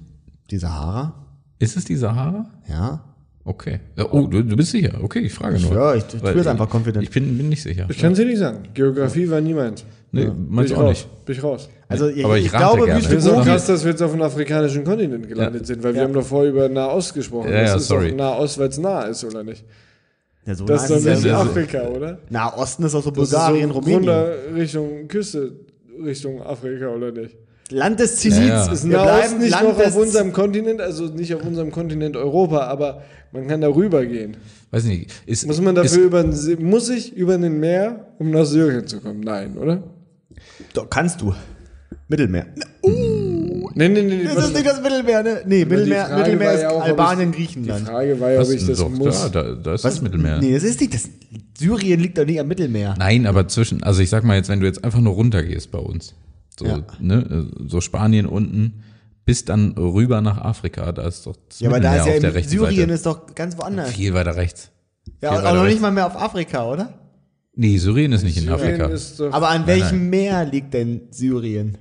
B: Die Sahara?
C: ist es die Sahara?
B: Ja.
C: Okay. Ja, Oh, du, du bist sicher? Okay, ich frage nur.
B: Ja, ich- ich
C: Weil äh,
B: tue es einfach confident.
C: Ich bin, bin nicht sicher.
A: Ich kann es dir nicht sagen. Geografie war niemand.
C: nee, meinst
A: ich
C: du auch
A: raus.
C: nicht?
A: Bin ich raus.
B: Also
C: Aber ich rate gerne.
A: Das
B: Wüste
A: ist auch
B: Gobi.
A: Äh, krass, dass wir jetzt auf dem afrikanischen Kontinent gelandet sind, weil wir haben doch vorher über Nahost gesprochen.
C: Ja,
A: das
C: ja,
A: ist
C: sorry.
A: doch Nahost, weil es nah ist, oder nicht?
B: Ja, so
A: Das
B: nah
A: ist
B: ist
A: doch
B: es
A: nicht
B: ja nicht.
A: Afrika, oder?
B: Na, Osten ist auch so
A: Das ist so
B: Bulgarien, Rumänien.
A: runter Richtung Küste, Richtung Afrika, oder nicht?
B: Land des Zenits
C: Ja, ja.
B: ist
A: Wir bleiben nicht noch auf
B: des-
A: unserem Kontinent, also nicht auf unserem Kontinent Europa, aber man kann darüber gehen.
C: Weiß nicht. Ist,
A: Muss man
C: ist-
A: dafür über den See, muss ich über den Meer, um nach Syrien zu kommen? Nein, oder?
B: Doch, kannst du. Mittelmeer.
A: Nee, nee, nee.
B: Das ist nicht das Mittelmeer, ne? Nee, Mittelmeer, Mittelmeer ist Albanien,
A: Die
B: Griechenland.
A: Frage war ja, ob
C: was
A: ich das
C: doch,
A: muss.
C: Da, da, da ist das Mittelmeer.
B: Nee, das ist nicht das. Syrien liegt doch nicht am Mittelmeer.
C: Nein, aber zwischen, also ich sag mal jetzt, wenn du jetzt einfach nur runtergehst bei uns, so,
B: Ja.
C: ne, so Spanien unten, bis dann rüber nach Afrika, da ist doch das
B: Ja, aber da ist ja
C: Mittelmeer auf der
B: im
C: rechten
B: Syrien
C: Seite.
B: ist doch ganz woanders.
C: Viel weiter rechts.
B: Ja, und
C: viel
B: auch
C: weiter
B: noch nicht
C: rechts.
B: mal mehr auf Afrika, oder?
C: Nee, Syrien ist nicht in
A: Syrien
C: Afrika.
A: Ist doch,
B: Aber an
C: Nein,
B: welchem Meer liegt denn Syrien?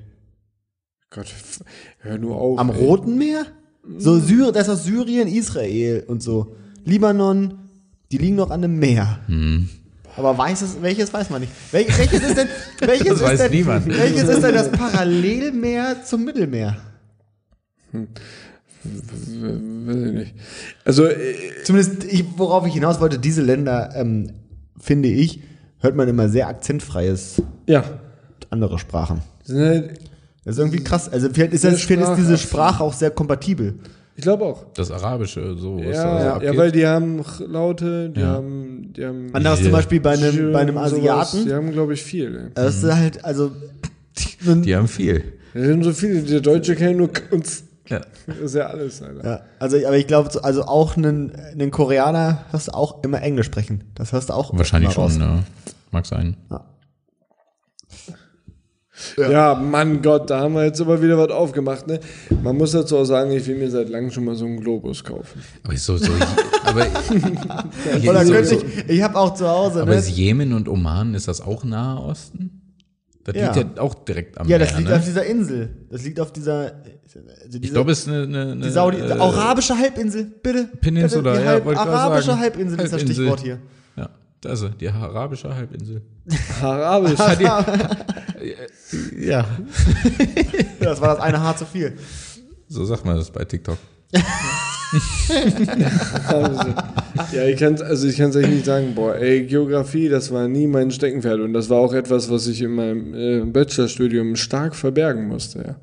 A: Gott, f- hör nur auf.
B: Am
A: ey.
B: Roten Meer?
C: Mhm.
B: So Syrien, das ist doch Syrien, Israel und so. Libanon, die liegen noch an einem Meer.
C: Mhm.
B: Aber weiß es, welches weiß man nicht. Wel welches ist
C: (laughs)
B: denn, welches
C: Das
B: ist
C: weiß
B: denn,
C: niemand.
B: Welches ist denn das Parallelmeer zum Mittelmeer?
A: Weiß ich nicht. Also, äh,
B: Zumindest, ich, worauf ich hinaus wollte, diese Länder, ähm, finde ich, hört man immer sehr akzentfreies
A: ja.
B: andere Sprachen.
A: Das sind halt-
B: Das ist irgendwie krass. Also vielleicht ist, das,
A: Sehr
B: vielleicht ist diese
A: sprachaffin.
B: Sprache auch sehr kompatibel.
A: Ich glaube auch.
C: Das Arabische, so. was da so
A: Ja, ja,
C: abgeht.
A: weil die haben Ch- Laute, die
C: Ja.
A: haben. Die haben
B: Anders
C: Yeah.
B: zum Beispiel bei einem,
A: Schirm,
B: bei einem
A: sowas.
B: Asiaten.
A: Die haben, glaube ich, viel. Ey.
B: Das ist halt, also.
C: Mhm. die haben viel.
A: Die haben so viele. Der Deutsche kennt nur K und Z.
C: Ja.
A: Das ist ja alles, Alter.
B: Ja, also, aber ich glaube, so- also auch einen, einen Koreaner hörst du auch immer Englisch sprechen. Das hörst du auch
C: Wahrscheinlich
B: immer
C: schon,
B: raus.
C: ne? Mag sein.
A: Ja, Mann Gott, da haben wir jetzt aber wieder was aufgemacht, ne? Man muss dazu auch sagen, ich will mir seit langem schon mal so einen Globus kaufen.
C: Aber ist so, so, aber,
B: (laughs) Oder
C: so,
B: könnte
C: so,
B: ich, ich habe auch zu Hause,
C: aber
B: ne?
C: ist Jemen und Oman, ist das auch Nahe Osten? Das
B: Ja.
C: liegt ja auch direkt am
B: Ja,
C: Meer,
B: das liegt
C: ne?
B: auf dieser Insel. Das liegt auf dieser. Also
C: Ich
B: diese,
C: glaube, es ist eine, eine, eine
B: die Saudi,
C: äh,
B: arabische Halbinsel, bitte.
C: Peninsula,
B: bitte, die
C: ja,
B: Halb,
C: wollte ich gerade
B: Arabische
C: sagen.
B: Halbinsel ist das
C: Halbinsel.
B: Stichwort hier.
C: Ja, da ist sie, die arabische Halbinsel.
A: Arabisch.
C: Ja.
B: Das war das eine Haar zu (laughs) viel.
C: So sagt man das bei TikTok.
A: Also, ja, ich kann also ich kann es echt nicht sagen, boah, ey, Geografie, das war nie mein Steckenpferd und das war auch etwas, was ich in meinem äh, Bachelorstudium stark verbergen musste, ja.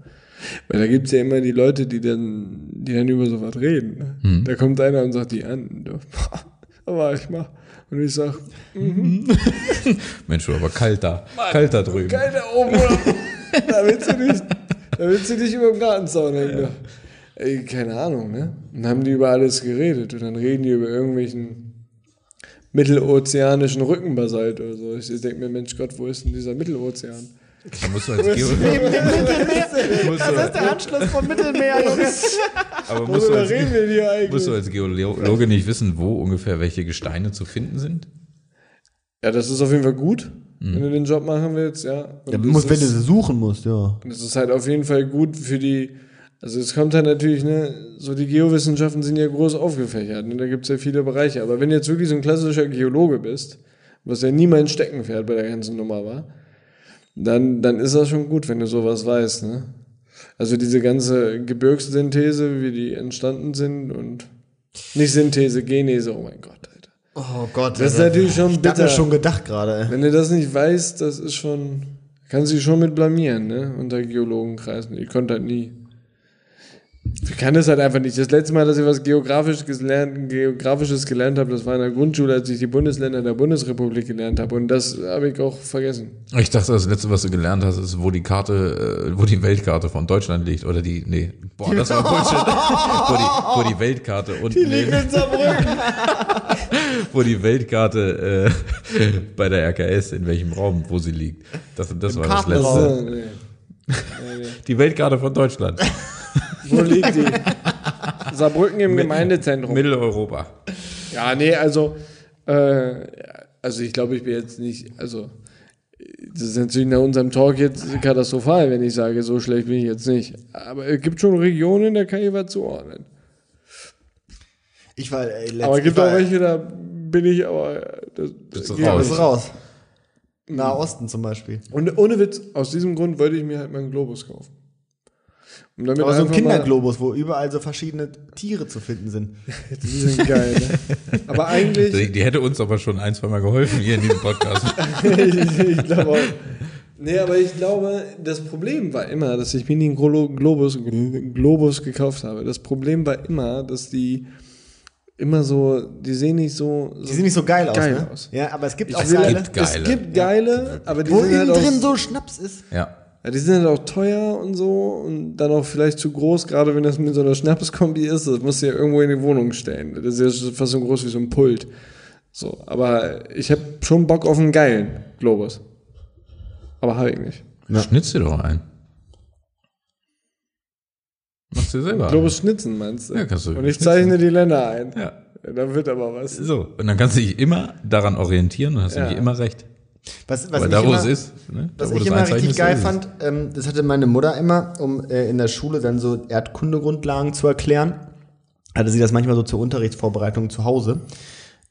A: Weil da gibt's ja immer die Leute, die dann, die dann über sowas reden. Ne? Da kommt einer und sagt, die an, (laughs) boah, da war ich mal. Und ich sag,
C: Mensch, aber kalt da. Kalt da drüben.
A: geil da oben, oder? da willst du nicht, da willst du nicht über dem Gartenzaun hängen. ne? Ey, keine Ahnung, ne? Und dann haben die über alles geredet und dann reden die über irgendwelchen mittelozeanischen Rückenbasalt oder so. Ich denke mir, Mensch Gott, wo ist denn dieser Mittelozean?
C: Da musst du als Geologe. musst du,
B: Der Anschluss vom Mittelmeer, Junge.
C: aber musst du
A: Worüber
C: als,
A: reden wir denn hier
C: musst du
A: eigentlich?
C: als Geologe nicht wissen, wo ungefähr welche Gesteine zu finden sind?
A: Ja, das ist auf jeden Fall gut, wenn du den Job machen willst, ja. Und
B: Mhm. Ja,
A: das
B: muss, wenn
A: ist-
B: du sie suchen musst, ja.
A: Und es ist halt auf jeden Fall gut für die, also es kommt halt natürlich, ne, so die Geowissenschaften sind ja groß aufgefächert, ne, da gibt's ja viele Bereiche. Aber wenn du jetzt wirklich so ein klassischer Geologe bist, was ja nie mein Steckenpferd bei der ganzen Nummer war, dann, dann ist das schon gut, wenn du sowas weißt, ne? Also diese ganze Gebirgssynthese, wie die entstanden sind und nicht Synthese, Genese, oh mein Gott, Alter.
B: Oh Gott.
A: Das ist natürlich schon
B: Ich hab mir
A: bitter.
B: schon gedacht gerade. ey.
A: Wenn du das nicht weißt, das ist schon, Kannst dich schon mit blamieren, ne? Unter Geologenkreisen. Ich konnte das nie. Ich kann das halt einfach nicht. Das letzte Mal, dass ich was geografisch gelernt, Geografisches gelernt habe, das war in der Grundschule, als ich die Bundesländer der Bundesrepublik gelernt habe. Und das habe ich auch vergessen.
C: Ich dachte, das letzte, was du gelernt hast, ist, wo die Karte, äh, wo die Weltkarte von Deutschland liegt. Oder die, nee, boah, das war Bullshit. wo, die, wo die Weltkarte unten
B: in Saarbrücken.
C: (laughs) wo die Weltkarte äh, (laughs) bei der RKS, in welchem Raum, wo sie liegt. Das, das war das
B: Kartenraum.
C: letzte.
A: Also, nee.
C: Die Weltkarte
B: (laughs)
C: von Deutschland.
A: Wo liegt die? Saarbrücken im Gemeindezentrum.
C: Mitteleuropa.
A: Ja, nee, also, äh, also ich glaube, ich bin jetzt nicht, also, das ist natürlich nach unserem Talk jetzt katastrophal, wenn ich sage, so schlecht bin ich jetzt nicht. Aber es gibt schon Regionen, da kann ich was zuordnen.
B: Ich war, ey, letzt-
A: Aber es
B: ich
A: gibt
B: war,
A: auch welche, da bin ich, aber äh, das,
C: Bist du
A: geht
C: raus?
B: Bist
A: nicht.
B: raus. Nahosten zum Beispiel.
A: Und ohne Witz, aus diesem Grund wollte ich mir halt mal einen Globus kaufen. Um damit
B: Aber so ein
A: einfach mal-
B: Kinderglobus, wo überall so verschiedene Tiere zu finden sind.
A: Die sind geil,
B: (laughs)
A: ne? Aber eigentlich,
C: Die, die hätte uns aber schon ein, zwei Mal geholfen hier in diesem Podcast.
A: ich, ich glaube auch. Nee, aber ich glaube, das Problem war immer, dass ich mir den Glo- Globus, Globus gekauft habe. Das Problem war immer, dass die immer so, die sehen nicht so.
B: Die sehen nicht so geil,
A: Geil
B: aus, ne?
A: aus.
B: Ja, aber es gibt
A: Ich
B: auch
A: will- halt-
B: geile,
C: Gibt
A: Es
C: Geile.
A: gibt geile, aber die
B: wo
A: sind, halt
B: innen drin
A: auch,
B: so Schnaps ist.
C: (laughs) ja.
A: ja, die sind halt auch teuer und so und dann auch vielleicht zu groß, gerade wenn das mit so einer Schnappeskombi ist. Das musst du ja irgendwo in die Wohnung stellen. Das ist ja fast so groß wie so ein Pult. So, aber ich habe schon Bock auf einen geilen Globus. Aber habe ich nicht.
C: Schnitz dir doch ein. Machst du selber.
A: Globus schnitzen meinst du?
C: Ja, kannst du
A: Und ich
C: schnitzen.
A: zeichne die Länder ein.
C: ein. Ja.
A: Ja, Dann wird aber was.
C: So. Und dann kannst du dich immer daran orientieren und hast
A: Ja.
C: nämlich immer recht.
B: Was, was
C: Weil
B: ich
C: da, wo
B: immer-
C: es ist, ne? da,
B: Was
C: wo
B: ich
C: das
B: immer
C: Einzeichen
B: richtig
C: ist, da
B: geil
C: ist es.
B: fand, ähm, das hatte meine Mutter immer, um äh, in der Schule dann so Erdkundegrundlagen zu erklären, hatte sie das manchmal so zur Unterrichtsvorbereitung zu Hause.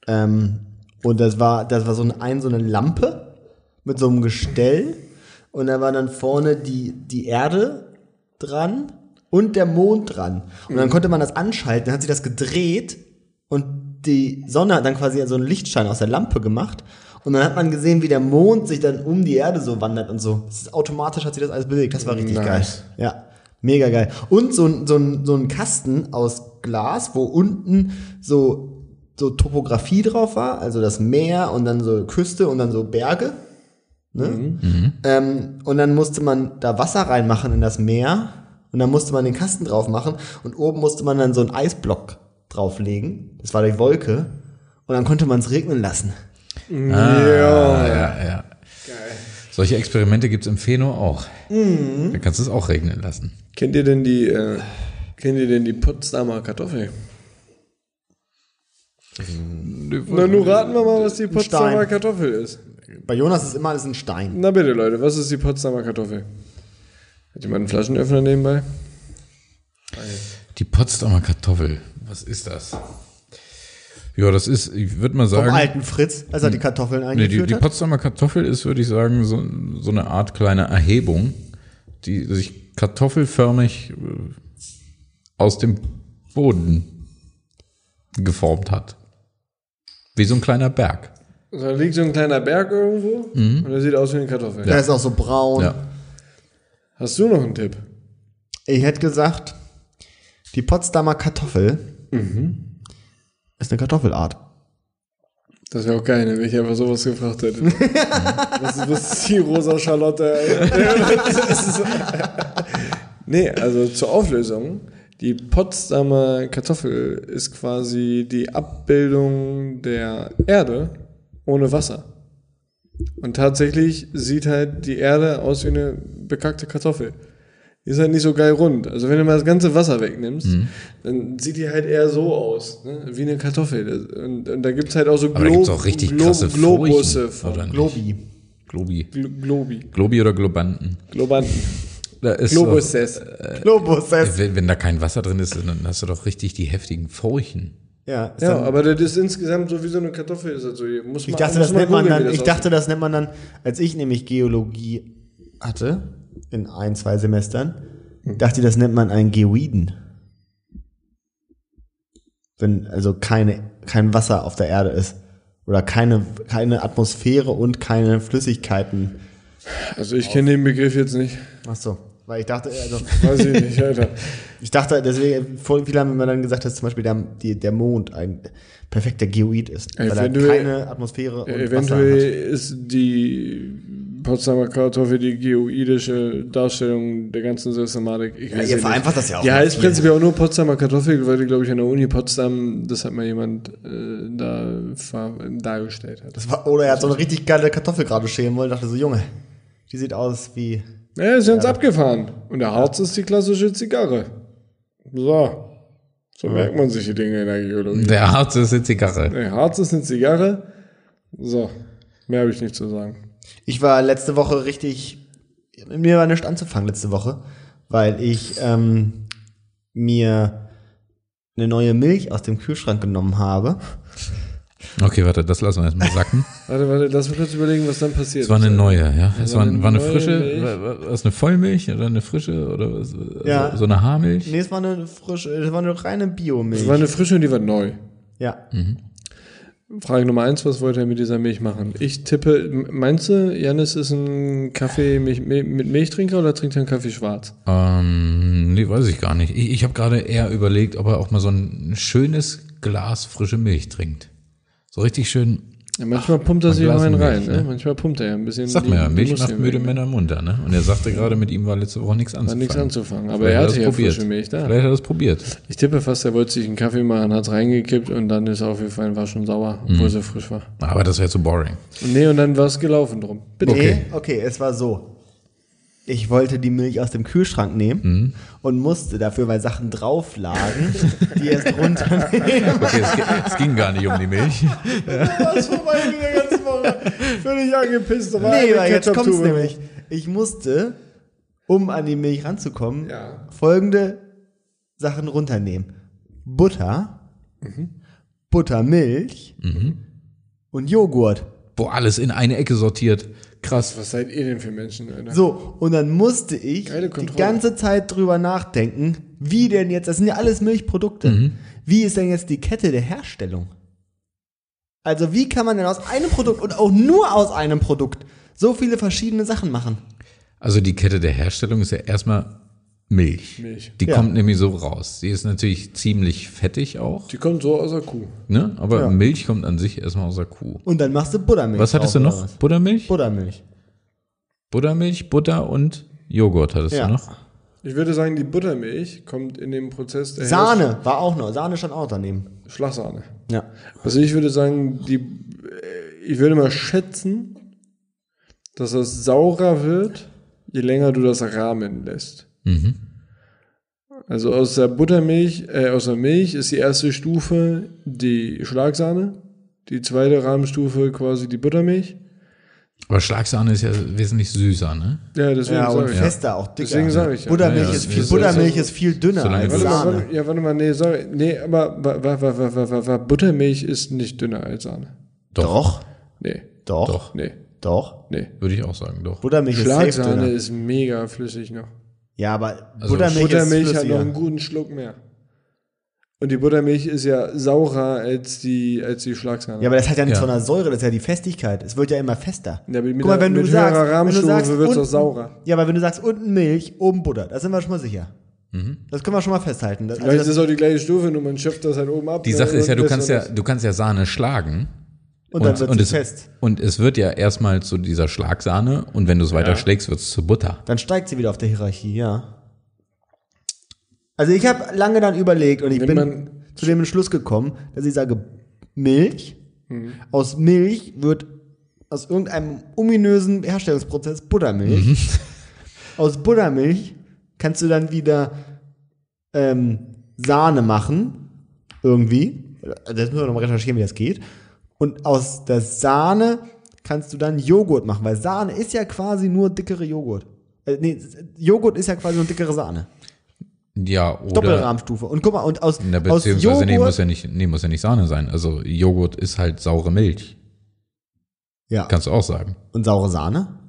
B: Ähm, und das war, das war so, ein, ein, so eine Lampe mit so einem Gestell und da war dann vorne die, die Erde dran und der Mond dran. Und dann konnte man das anschalten, dann hat sie das gedreht und die Sonne hat dann quasi so einen Lichtschein aus der Lampe gemacht. Und dann hat man gesehen, wie der Mond sich dann um die Erde so wandert und so. Das ist, automatisch hat sich das alles bewegt. Das war richtig
A: Nice.
B: geil. Ja, mega geil. Und so, ein- so, ein- so ein Kasten aus Glas, wo unten so, so Topografie drauf war, also das Meer und dann so Küste und dann so Berge. Ne? Ähm, und dann musste man da Wasser reinmachen in das Meer und dann musste man den Kasten drauf machen und oben musste man dann so einen Eisblock drauflegen. Das war die Wolke. Und dann konnte man es regnen lassen.
C: Ah, ja, ja. Solche Experimente gibt's im Pheno auch.
B: Mhm.
C: Da kannst du es auch regnen lassen.
A: Kennt ihr denn die, äh, kennt ihr denn die Potsdamer Kartoffel? Na, nun raten wir mal, was die Potsdamer
B: Stein.
A: Kartoffel ist.
B: Bei Jonas ist immer alles ein Stein.
A: Na bitte, Leute, was ist die Potsdamer Kartoffel? Hat jemand einen Flaschenöffner nebenbei?
C: Die Potsdamer Kartoffel. Was ist das? Ja, das ist, ich würde mal
B: Vom
C: sagen,
B: alten Fritz, als er die Kartoffeln
C: Hm. nee, die,
B: eingeführt
C: die
B: hat.
C: Potsdamer Kartoffel ist, würde ich sagen, so, so eine Art kleine Erhebung, die sich kartoffelförmig äh, aus dem Boden geformt hat. Wie so ein kleiner Berg.
A: Also, da liegt so ein kleiner Berg irgendwo
C: Mhm.
A: und der sieht aus wie eine Kartoffel.
B: Der ist auch so braun.
C: Ja.
A: Hast du noch einen Tipp?
B: Ich hätte gesagt, die Potsdamer Kartoffel
C: Mhm.
B: ist eine Kartoffelart.
A: Das wäre auch geil, ne, wenn ich einfach sowas gefragt hätte. was, ist- was ist die rosa Charlotte? Das ist- (laughs) nee, also zur Auflösung. Die Potsdamer Kartoffel ist quasi die Abbildung der Erde ohne Wasser. Und tatsächlich sieht halt die Erde aus wie eine bekackte Kartoffel. Die ist halt nicht so geil rund. Also wenn du mal das ganze Wasser wegnimmst,
C: Mhm.
A: dann sieht die halt eher so aus, ne? wie eine Kartoffel. Das- Und, und da gibt es halt auch so
C: Aber da
A: Glo-
C: gibt's auch richtig krasse
A: Globusse
C: Furchen,
A: von
C: oder nicht?
B: Globi.
C: Globi.
A: Gl- Globi,
C: Globi oder Globanten?
A: Globanten,
C: Da ist so-
A: Globuses.
C: Äh,
B: Globus. das heißt-
C: Wenn, wenn da kein Wasser drin ist, dann hast du doch richtig die heftigen Furchen.
B: Ja, ist
A: Ja,
B: dann-
A: aber das ist insgesamt so wie so eine Kartoffel. Ist das so. Hier Muss
B: Ich
A: man,
B: dachte,
A: muss
B: das nennt man
A: googeln,
B: dann,
A: wie das
B: ich dachte, das nennt man dann, als ich nämlich Geologie hatte, in ein, zwei Semestern,
A: Hm.
B: dachte ich, das nennt man einen Geoiden. Wenn also keine, kein Wasser auf der Erde ist. Oder keine, keine Atmosphäre und keine Flüssigkeiten
A: Also ich kenne den Begriff jetzt nicht.
B: Ach so. Weil ich dachte, also,
A: Weiß ich nicht, Alter.
B: ich dachte, deswegen, vor- viele haben immer dann gesagt, dass zum Beispiel der, die, der Mond ein perfekter Geoid ist,
A: Äh,
B: weil er
A: Eventuell-
B: keine Atmosphäre (laughs) und
A: äh,
B: Wasser
A: Eventuell
B: hat.
A: ist die Potsdamer Kartoffel die geoidische Darstellung der ganzen Systematik. Ich weiß
B: ihr
A: ja
B: vereinfacht das ja auch
A: Ja,
B: mal
A: ist
B: viel.
A: prinzipiell auch nur Potsdamer Kartoffel, weil die, glaube ich, an der Uni Potsdam, das hat mal jemand äh, da ver- dargestellt hat.
B: Das war, oder er hat so eine richtig geile Kartoffel gerade schälen wollen, dachte so, Junge, die sieht aus wie,
A: Ja, ist ganz abgefahren. Und der Harz ist die klassische Zigarre. So. So merkt man sich die Dinge in der Geologie.
C: Der Harz ist eine Zigarre.
A: Der Harz ist eine Zigarre. So. Mehr habe ich nicht zu sagen.
B: Ich war letzte Woche richtig. Mit mir war nichts anzufangen letzte Woche, weil ich ähm, mir eine neue Milch aus dem Kühlschrank genommen habe.
C: Okay, warte, das lassen wir erstmal
A: (laughs)
C: sacken.
A: Warte, warte, lass mich kurz überlegen, was dann passiert.
C: Es war eine neue, ja. Es
A: Äh, war
C: war,
A: eine
C: war eine
A: neue
C: frische,
A: Milch.
C: war, war, war es eine Vollmilch oder eine frische oder was, also
B: Ja.
C: so eine Haarmilch?
B: Nee, es war eine frische, es war eine reine Biomilch.
A: Das war eine frische und die war neu.
B: ja.
A: Frage Nummer eins, was wollte er mit dieser Milch machen? Ich tippe, m- meinst du, Janis ist ein Kaffee mit Mil- mit Milchtrinker oder trinkt er einen Kaffee schwarz?
C: Ähm, nee, weiß ich gar nicht. Ich, ich habe gerade eher überlegt, ob er auch mal so ein schönes Glas frische Milch trinkt. So richtig schön.
A: Ja, manchmal pumpt er
C: ein
A: sich auch
C: Glas
A: einen
C: Milch,
A: rein, ne?
C: ne?
A: Manchmal pumpt er ja ein bisschen.
C: Sag
A: die-
C: mir ja,
A: die
C: Milch macht
A: Muskeln
C: müde
A: weg.
C: Männer munter, ne? Und er sagte gerade, mit ihm war letzte Woche nichts anzufangen.
A: nichts anzufangen, aber
C: Vielleicht
A: er
C: hat
A: hatte
C: das
A: ja
C: probiert.
A: frische Milch da.
C: Vielleicht hat er es probiert.
A: Ich tippe fast, er wollte sich einen Kaffee machen, hat's reingekippt und dann ist er aufgefallen, war schon sauer, obwohl sie frisch war.
C: Aber das wäre zu boring.
A: Und nee, und dann war's gelaufen drum. Bitte.
B: Okay. Nee, okay, es war so. Ich wollte die Milch aus dem Kühlschrank nehmen
A: Mhm.
B: und musste dafür, weil Sachen drauf lagen, die erst
A: (laughs)
B: runternehmen.
C: Okay, es, ge- es ging gar nicht um die Milch.
B: Das war vorbei mit der ganzen Woche.
A: Völlig angepisst, aber
B: Nee, weil jetzt kommt's nämlich. Ich musste, um an die Milch ranzukommen,
A: Ja.
B: folgende Sachen runternehmen. Butter, Buttermilch und Joghurt.
C: Boah, alles in eine Ecke sortiert. Krass.
A: Was seid ihr denn für Menschen, Alter?
B: So, und dann musste ich
A: Geile
B: die
A: Kontrolle.
B: ganze Zeit drüber nachdenken, wie denn jetzt, das sind ja alles Milchprodukte,
C: Mhm.
B: wie ist denn jetzt die Kette der Herstellung? Also wie kann man denn aus einem Produkt und auch nur aus einem Produkt so viele verschiedene Sachen machen?
C: Also die Kette der Herstellung ist ja erstmal Milch.
A: Milch.
C: Die
B: Ja.
C: kommt nämlich so raus. Sie ist natürlich ziemlich fettig auch,
A: Die kommt so aus der Kuh.
C: ne? aber
B: Ja.
C: Milch kommt an sich erstmal aus der Kuh.
B: Und dann machst du Buttermilch.
C: Was hattest du
B: drauf,
C: noch?
B: oder was?
C: Buttermilch?
B: Buttermilch.
C: Buttermilch, Butter und Joghurt hattest
B: Ja.
C: du noch.
A: Ich würde sagen, die Buttermilch kommt in dem Prozess der
B: Sahne war auch noch. Sahne stand auch daneben.
A: Herst- Schlagsahne.
B: Ja.
A: Also ich würde sagen, die, äh, ich würde mal schätzen, dass das saurer wird, je länger du das rahmen lässt. Also aus der Buttermilch, äh, aus der Milch ist die erste Stufe die Schlagsahne, die zweite Rahmenstufe quasi die Buttermilch.
C: Aber Schlagsahne ist ja wesentlich süßer, ne?
A: Ja, deswegen
B: Ja, und
A: sage ich.
B: fester, auch dicker.
A: Deswegen sag ich ja.
B: Buttermilch,
C: Ja, ja,
B: ist,
C: nee,
B: viel,
C: so-
B: Buttermilch
A: so-
B: ist viel dünner
C: solange
B: als
C: du-
A: Warte mal,
B: Sahne.
A: warte, ja, warte mal, nee, sorry. Nee, aber wa- wa- wa- wa- wa- wa- Buttermilch ist nicht dünner als Sahne.
B: Doch.
A: Nee,
B: Doch. Doch.
C: Doch.
A: nee, nee.
C: Würde ich auch sagen, doch.
B: Buttermilch ist safe
A: Schlagsahne
B: dünner.
A: ist mega flüssig noch.
B: Ja, aber
C: Also
B: Buttermilch,
A: Buttermilch
B: ist
A: hat noch einen
B: flüssiger.
A: guten Schluck mehr. Und die Buttermilch ist ja saurer als die, als die Schlagsahne.
B: Ja, aber das hat ja nichts
C: Ja.
B: von der Säure, das ist ja die Festigkeit. Es wird ja immer fester.
A: Ja, aber mit
B: Guck mal,
A: der-
B: wenn du
A: mit
B: sagst,
A: höherer
B: wenn du
A: Rahmenstufe
B: sagst,
A: wird's doch
B: unten-
A: saurer.
B: Ja, aber wenn du sagst, unten Milch, oben Butter, da sind wir schon mal sicher. Das können wir schon mal festhalten. Das, also
A: Mhm. Vielleicht
B: das-
A: ist es auch die gleiche Stufe, nur man schöpft das halt oben ab.
C: Die
A: ne,
C: Sache ist ja,
A: und
C: du
A: lässt
C: kannst
A: dann
C: ja, du kannst ja Sahne schlagen.
B: Und dann wird's
C: es,
B: fest.
C: Und es wird ja erstmal zu dieser Schlagsahne und wenn du es weiter schlägst, wird es zu Butter.
B: Dann steigt sie wieder auf der Hierarchie, ja. Also ich habe lange dann überlegt und ich
A: Wenn
B: bin
A: man-
B: zu dem Entschluss gekommen, dass ich sage, Milch,
A: Mhm.
B: aus Milch wird aus irgendeinem ominösen Herstellungsprozess Buttermilch.
A: Mhm.
B: (laughs) Aus Buttermilch kannst du dann wieder ähm, Sahne machen, irgendwie. Das müssen wir nochmal recherchieren, wie das geht. Und aus der Sahne kannst du dann Joghurt machen, weil Sahne ist ja quasi nur dickere Joghurt. Äh, nee, Joghurt ist ja quasi nur dickere Sahne.
C: Ja, oder.
B: Doppelrahmstufe. Und guck mal, und aus,
C: Na,
B: aus
C: beziehungsweise,
B: Joghurt.
C: nee muss, ja nicht, nee, muss ja nicht Sahne sein. Also, Joghurt ist halt saure Milch.
B: ja,
C: Kannst du auch sagen.
B: und saure Sahne.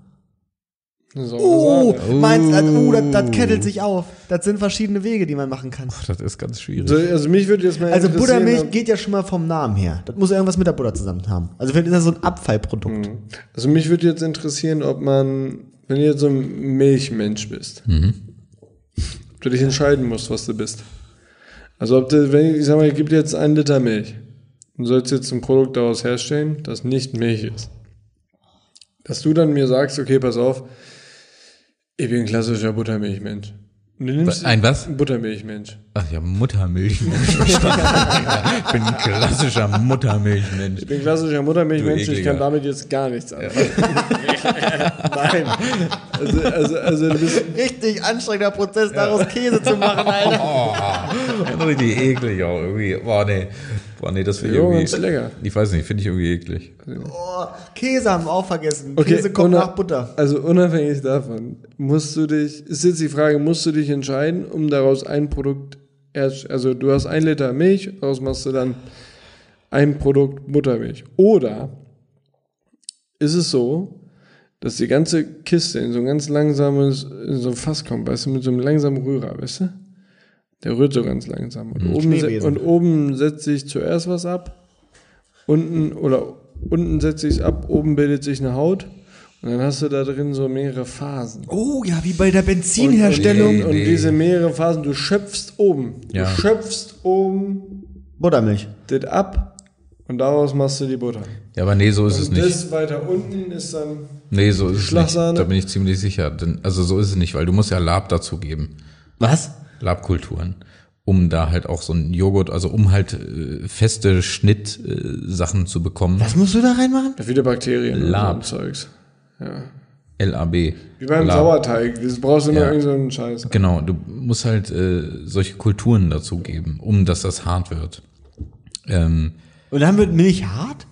A: Eine saure
B: Oh,
A: Sahne.
B: meinst du, oh, das, das kettelt sich auf. Das sind verschiedene Wege, die man machen kann.
C: Das ist ganz schwierig.
A: Also, also mich würde jetzt mal
B: Also
A: interessieren,
B: Buttermilch
A: ob-
B: geht ja schon mal vom Namen her. Das muss irgendwas mit der Butter zusammen haben. Also vielleicht ist das so ein Abfallprodukt.
C: Hm.
A: Also mich würde jetzt interessieren, ob man, wenn du jetzt so ein Milchmensch bist,
C: Mhm.
A: ob du dich entscheiden musst, was du bist. Also ob du, wenn ich, ich sag mal, ich gebe dir jetzt einen Liter Milch und sollst jetzt ein Produkt daraus herstellen, das nicht Milch ist. Dass du dann mir sagst, okay, pass auf, ich bin ein klassischer Buttermilchmensch. Und du nimmst
C: Ein was?
A: Buttermilchmensch.
C: Ach ja, Muttermilchmensch. ich bin ein klassischer
A: (laughs)
C: Muttermilchmensch.
A: Ich bin ein klassischer Muttermilchmensch,
C: Du
A: ich kann
C: Ekliger.
A: damit jetzt gar nichts anfangen. (laughs) Nein. Also, also, also du bist,
B: Richtig anstrengender Prozess, daraus Käse zu machen,
C: (laughs)
B: Alter.
C: Oh, richtig eklig auch irgendwie. Boah, nee. Boah, nee, das finde ich
A: Jo,
C: irgendwie.
A: ganz lecker.
C: Ich weiß nicht, finde ich irgendwie eklig.
B: Oh, Käse haben wir auch vergessen.
A: Okay,
B: Käse kommt
A: una-
B: nach Butter.
A: Also unabhängig davon, musst du dich, ist jetzt die Frage, musst du dich entscheiden, um daraus ein Produkt, erst- also du hast ein Liter Milch, daraus machst du dann ein Produkt Muttermilch. Oder ist es so, dass die ganze Kiste in so ein ganz langsames, in so ein Fass kommt, weißt du, mit so einem langsamen Rührer, weißt du? Der rührt so ganz langsam. Und, oben, se-
B: Schneebesen.
A: und oben setzt sich zuerst was ab, unten oder unten setzt sich ab, oben bildet sich eine Haut und dann hast du da drin so mehrere Phasen.
B: Oh ja, wie bei der
A: Und,
C: Benzinherstellung.
A: und, und
C: Nee.
A: diese mehrere Phasen, du schöpfst oben.
C: Ja.
A: Du schöpfst oben
B: äh, Buttermilch.
A: das ab und daraus machst du die Butter.
C: Ja, aber nee, so ist es
A: Und
C: nicht.
A: das weiter unten ist dann.
C: Nee, so ist es nicht.
A: Schlagsahne?
C: Da bin ich ziemlich sicher. Denn, also so ist es nicht, weil du musst ja Lab dazu geben.
B: Was?
C: Labkulturen. Um da halt auch so einen Joghurt, also um halt äh, feste Schnittsachen äh, Sachen zu bekommen.
B: Was musst du da reinmachen?
A: Wieder Bakterien
C: Lab.
A: und so ein Zeugs. Ja.
C: LAB.
A: Wie beim
C: Lab.
A: Sauerteig. Das brauchst du immer
C: Ja.
A: irgend so einen Scheiß.
C: Genau, du musst halt äh, solche Kulturen dazu geben, um dass das hart wird. Ähm,
B: Und dann wird Milch hart?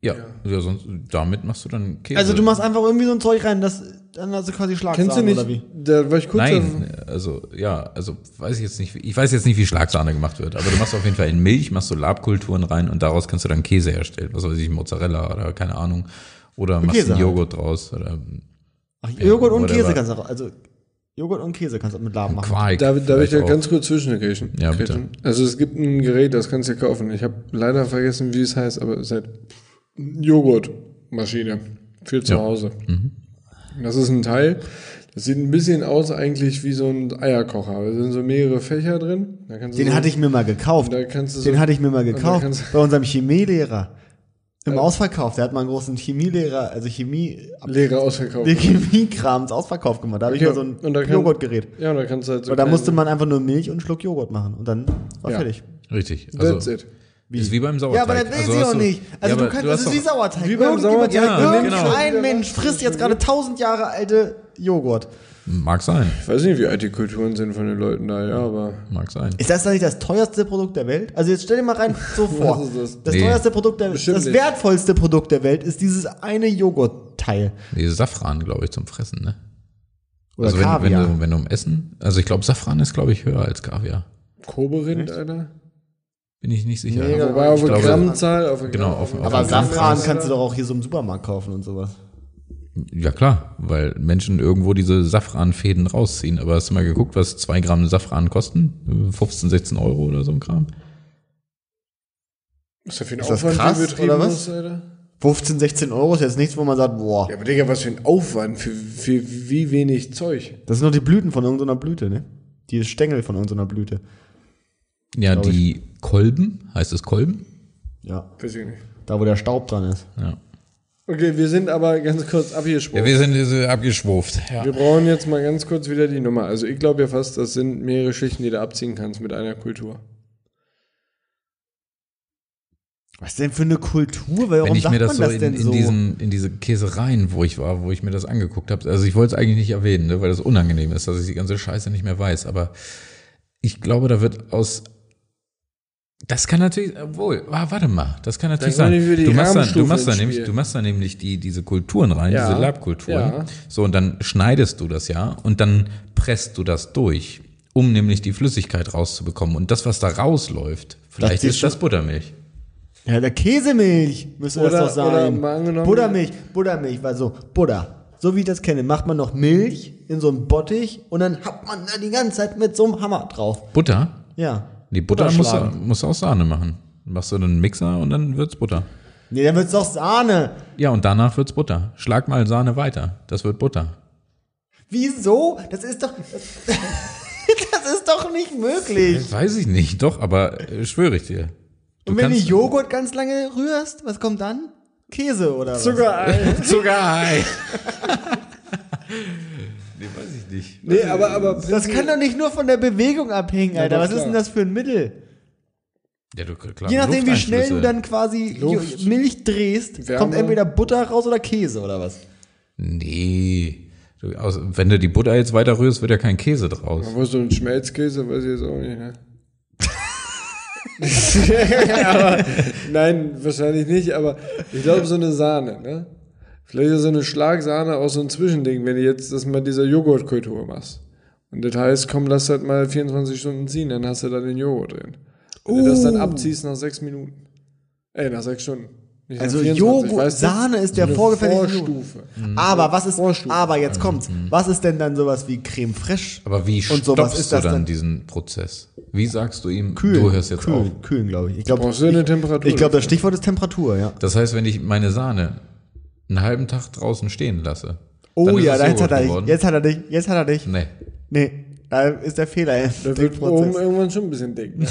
C: ja, ja. sonst damit machst du dann Käse.
B: Also du machst einfach irgendwie so ein Zeug rein, das dann hast du quasi Schlagzeilen
A: Kennst du nicht?
B: oder wie?
A: Da war ich kurz auf-
C: Nein, also ja, also weiß ich jetzt nicht, wie- ich weiß jetzt nicht, wie Schlagsahne gemacht wird, aber du machst auf jeden Fall in Milch, machst du Labkulturen rein und daraus kannst du dann Käse herstellen, was weiß ich, Mozzarella oder keine Ahnung oder machst
B: Käse
C: einen
B: halt.
C: Joghurt draus oder
B: Ach, Joghurt und
C: whatever.
B: Käse kannst du auch, also Joghurt und Käse kannst du mit Laben machen.
C: Quark.
A: Da, da will ich
C: vielleicht
A: ja
C: auch.
A: ganz kurz zwischengrätschen.
C: Ja, bitte.
A: Grätschen. Also es gibt ein Gerät, das kannst du ja kaufen. Ich habe leider vergessen, wie es heißt, aber es ist halt Joghurtmaschine für zu
C: Ja. Mhm.
A: Hause. Das ist ein Teil, das sieht ein bisschen aus eigentlich wie so ein Eierkocher. Da sind so mehrere Fächer drin. Da kannst du
B: Den
A: so,
B: hatte ich mir mal gekauft.
A: Da kannst du so-
B: Den hatte ich mir mal
A: da
B: gekauft
A: kannst du-
B: bei unserem Chemielehrer. Im Ausverkauf, der hat mal einen großen Chemielehrer, also Chemie, (laughs)
A: Leere ausverkauft.
B: den Chemiekrams Ausverkauf gemacht. Da habe ich
A: Ja,
B: mal so ein
A: und da kann-
B: Joghurtgerät.
A: Ja, und da kannst du halt so
B: Und da
A: kleine-
C: Ähm.
B: musste man einfach nur Milch und einen Schluck Joghurt machen und dann war
A: Ja.
B: fertig.
C: richtig. Also,
A: That's it.
C: Ist wie beim Sauerteig.
B: Ja, aber das will
C: Also
B: sie
C: hast
B: doch
C: du-
B: nicht. Also
C: Ja,
B: du
C: aber
B: kannst,
C: du hast
B: das ist wie
C: doch-
B: Sauerteig.
A: Wie beim
B: Irgendjemand-
A: Sauerteig,
C: ja,
B: Irgendein
A: genau.
B: Mensch frisst jetzt gerade tausend Jahre alte Joghurt.
C: Mag sein,
A: Ich weiß nicht, wie alt die Kulturen sind von den Leuten da, ja, aber.
C: mag sein.
B: Ist das dann nicht das teuerste Produkt der Welt? Also jetzt stell dir mal rein
C: (laughs)
B: so vor.
A: ist das?
B: Das
C: Nee.
B: teuerste Produkt der
A: Bestimmt
B: das
A: nicht.
B: wertvollste Produkt der Welt ist dieses eine Joghurtteil
C: Nee, Safran, glaube ich, zum Fressen, ne?
B: oder
C: also wenn,
B: Kaviar.
C: wenn du wenn du um Essen, also ich glaube Safran ist glaube ich höher als Kaviar.
A: Koberind, Alter?
C: Bin ich nicht sicher.
B: Mega.
A: Wobei auf
B: Ich
A: eine
C: glaube-
A: Grammzahl, auf eine
C: Genau,
A: Gramm-
C: auf- auf
B: aber
C: Kaviar.
B: Safran kannst du doch auch hier so im Supermarkt kaufen und sowas.
C: Ja klar, weil Menschen irgendwo diese Safranfäden rausziehen. Aber hast du mal geguckt, was zwei Gramm Safran kosten? 15, 16 Euro oder so ein Kram?
A: Ist das für ein
B: das
A: Aufwand,
B: krass,
A: den betrieben
B: oder was?
A: muss, Alter?
B: 15, 16 Euro ist jetzt nichts, wo man sagt, boah,
A: Ja, aber Digga, was für ein Aufwand, für, für wie wenig Zeug.
B: das sind doch die Blüten von irgendeiner Blüte, ne? Die Stängel von irgendeiner Blüte.
C: Ja, die Kolben, heißt es Kolben?
B: Ja,
A: Weiß ich nicht.
B: da wo der Staub dran ist.
C: Ja.
A: Okay, wir sind aber ganz kurz
C: Ja,
A: abgesprungen.
C: wir sind äh, abgeschwurft. Ja.
A: wir brauchen jetzt mal ganz kurz wieder die Nummer. Also ich glaube ja fast, das sind mehrere Schichten, die du abziehen kannst mit einer Kultur.
B: Was denn für eine Kultur? Warum
C: Wenn ich
B: sagt
C: mir
B: man
C: das so
B: das
C: in,
B: denn
C: in,
B: so?
C: diesen, in diese Käsereien, wo ich war, wo ich mir das angeguckt habe, also ich wollte es eigentlich nicht erwähnen, ne, weil das unangenehm ist, dass ich die ganze Scheiße nicht mehr weiß, aber ich glaube, da wird aus das kann natürlich, obwohl, ah, warte mal, das kann natürlich
A: Dann
C: sein.
A: wollen wir die
C: Du machst, dann, du,
A: Rahmenstufe
C: machst dann
A: ins
C: nämlich,
A: Spiel.
C: du machst dann nämlich die, diese Kulturen rein,
A: Ja,
C: diese Labkulturen.
A: ja.
C: So, und dann schneidest du das ja und dann presst du das durch, um nämlich die Flüssigkeit rauszubekommen. Und das, was da rausläuft, vielleicht
B: ist
C: ist das Buttermilch.
B: Ja, der Käsemilch müsste
A: Oder-
B: das doch sein.
A: oder mal angenommen-
B: Buttermilch, Buttermilch, weil so, Butter. so wie ich das kenne, macht man noch Milch in so einen Bottich und dann hat man da die ganze Zeit mit so einem Hammer drauf.
C: Butter?
B: Ja.
C: Die Butter musst du,
B: schlagen.
C: musst du aus Sahne machen. Machst du dann einen Mixer und dann wird's Butter.
B: Nee, dann wird's doch Sahne.
C: Ja, und danach wird's Butter. Schlag mal Sahne weiter. Das wird Butter.
B: Wieso? Das ist doch. (laughs) Das ist doch nicht möglich.
C: Weiß ich nicht, doch, aber äh, schwöre ich dir. Du
B: Und wenn du
C: kannst- (laughs)
B: Joghurt ganz lange rührst, was kommt dann? Käse oder was?
A: Sogar.
C: Sogar Ei. (laughs) nee, weiß ich nicht.
A: Nee, aber, aber
B: Das kann doch nicht nur von der Bewegung abhängen, Alter.
A: doch,
B: Was ist
A: klar.
B: denn das für ein Mittel?
C: Ja, du, klar,
B: Je nachdem, wie schnell du
C: Lufteinschlüsse.
B: dann quasi
A: Luft.
B: Milch drehst,
A: Wärme.
B: kommt entweder Butter raus oder Käse oder was.
C: Nee. Du, aus, wenn du die Butter jetzt weiter rührst, wird ja kein Käse draus.
A: Wo so ein Schmelzkäse, weiß ich jetzt auch nicht,
B: (laughs)
A: ne? aber, nein, wahrscheinlich nicht, aber ich glaube, so eine Sahne, ne? Vielleicht ist so eine Schlagsahne auch so ein Zwischending, wenn du jetzt das mal dieser Joghurtkultur machst. Und das heißt, komm, lass das mal 24 Stunden ziehen, dann hast du da den Joghurt drin. Wenn du das dann
B: Oh.
A: abziehst nach sechs Minuten. Ey, nach sechs Stunden. Nicht nach
B: Also
A: 24,
B: Joghurt,
A: weißt du?
B: Sahne ist der
A: eine
B: vorgefertigte Joghurt.
A: Vorstufe.
C: Mhm.
B: Aber was ist.
A: Vorstufe.
B: Aber jetzt kommt's. Was ist denn dann sowas wie Creme fraiche?
C: Aber wie
B: Und
C: stoppst
B: so, was ist
C: du
B: das
C: dann
B: dann?
C: diesen Prozess? Wie sagst du ihm,
B: Kühlen,
C: du hörst jetzt
B: kühlen,
C: auf?
B: Kühlen, glaube ich. Ich glaube,
A: Brauchst du eine Temperatur
B: ich glaube, das Stichwort ist Temperatur, ja.
C: Das heißt, wenn ich meine Sahne einen halben Tag draußen stehen lasse. dann
B: Oh
C: ist
B: ja,
C: es
B: da jetzt
C: Joghurt
B: hat er dich.
C: geworden.
B: Jetzt hat er dich. Jetzt hat er dich.
C: Nee.
B: Nee, da ist der Fehler. im
A: Da wird oben
B: Denkprozess.
A: irgendwann schon ein bisschen dick. Ne?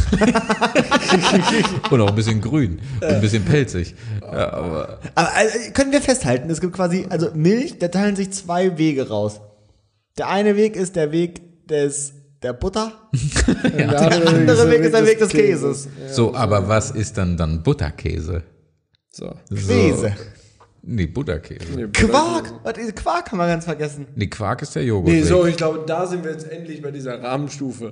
C: Und auch ein bisschen grün. Und ein bisschen pelzig. Ja, aber
B: Aber also, können wir festhalten, es gibt quasi, also Milch, da teilen sich zwei Wege raus. Der eine Weg ist der Weg des der Butter.
A: Der andere
B: andere Weg ist der Weg des Käses.
C: so, aber was ist dann dann Butterkäse?
A: So.
C: So.
B: Käse.
C: Nee, Butterkäse.
B: Quark. Was ist- Quark haben wir ganz vergessen.
C: Nee, Quark ist der Joghurt.
A: Nee, so, ich glaube, da sind wir jetzt endlich bei dieser Rahmenstufe.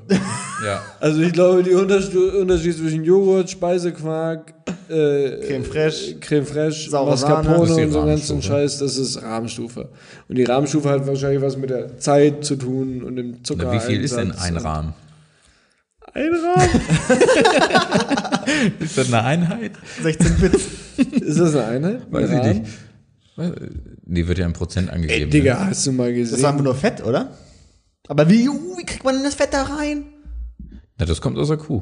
C: Ja.
A: Also ich glaube, die Unterstu Unterschiede zwischen Joghurt, Speisequark, äh,
B: Creme fraiche.
A: äh, Creme fraiche,
B: Saure Sahne.
C: Das ist die
A: Mascarpone und so einen ganzen
C: Rahmenstufe.
A: Scheiß, das ist Rahmenstufe. Und die Rahmenstufe hat wahrscheinlich was mit der Zeit zu tun und dem Zucker.
C: Na, wie viel ist denn ein
A: Rahmen?
C: Rahmen?
A: Ein Rahmen?
C: Ist das eine Einheit?
B: 16 Bits. (laughs)
A: ist das eine
C: (laughs)
A: Einheit?
C: Weiß
A: Ein
C: ich
A: Rahmen?
C: nicht. Nee, wird ja in Prozent angegeben.
A: Ey,
C: ne?
A: Digga, hast du mal
B: Das
A: gesehen?
B: war einfach nur Fett, oder? Aber wie, uh, wie kriegt man denn das Fett da rein?
C: Na, das kommt aus der Kuh.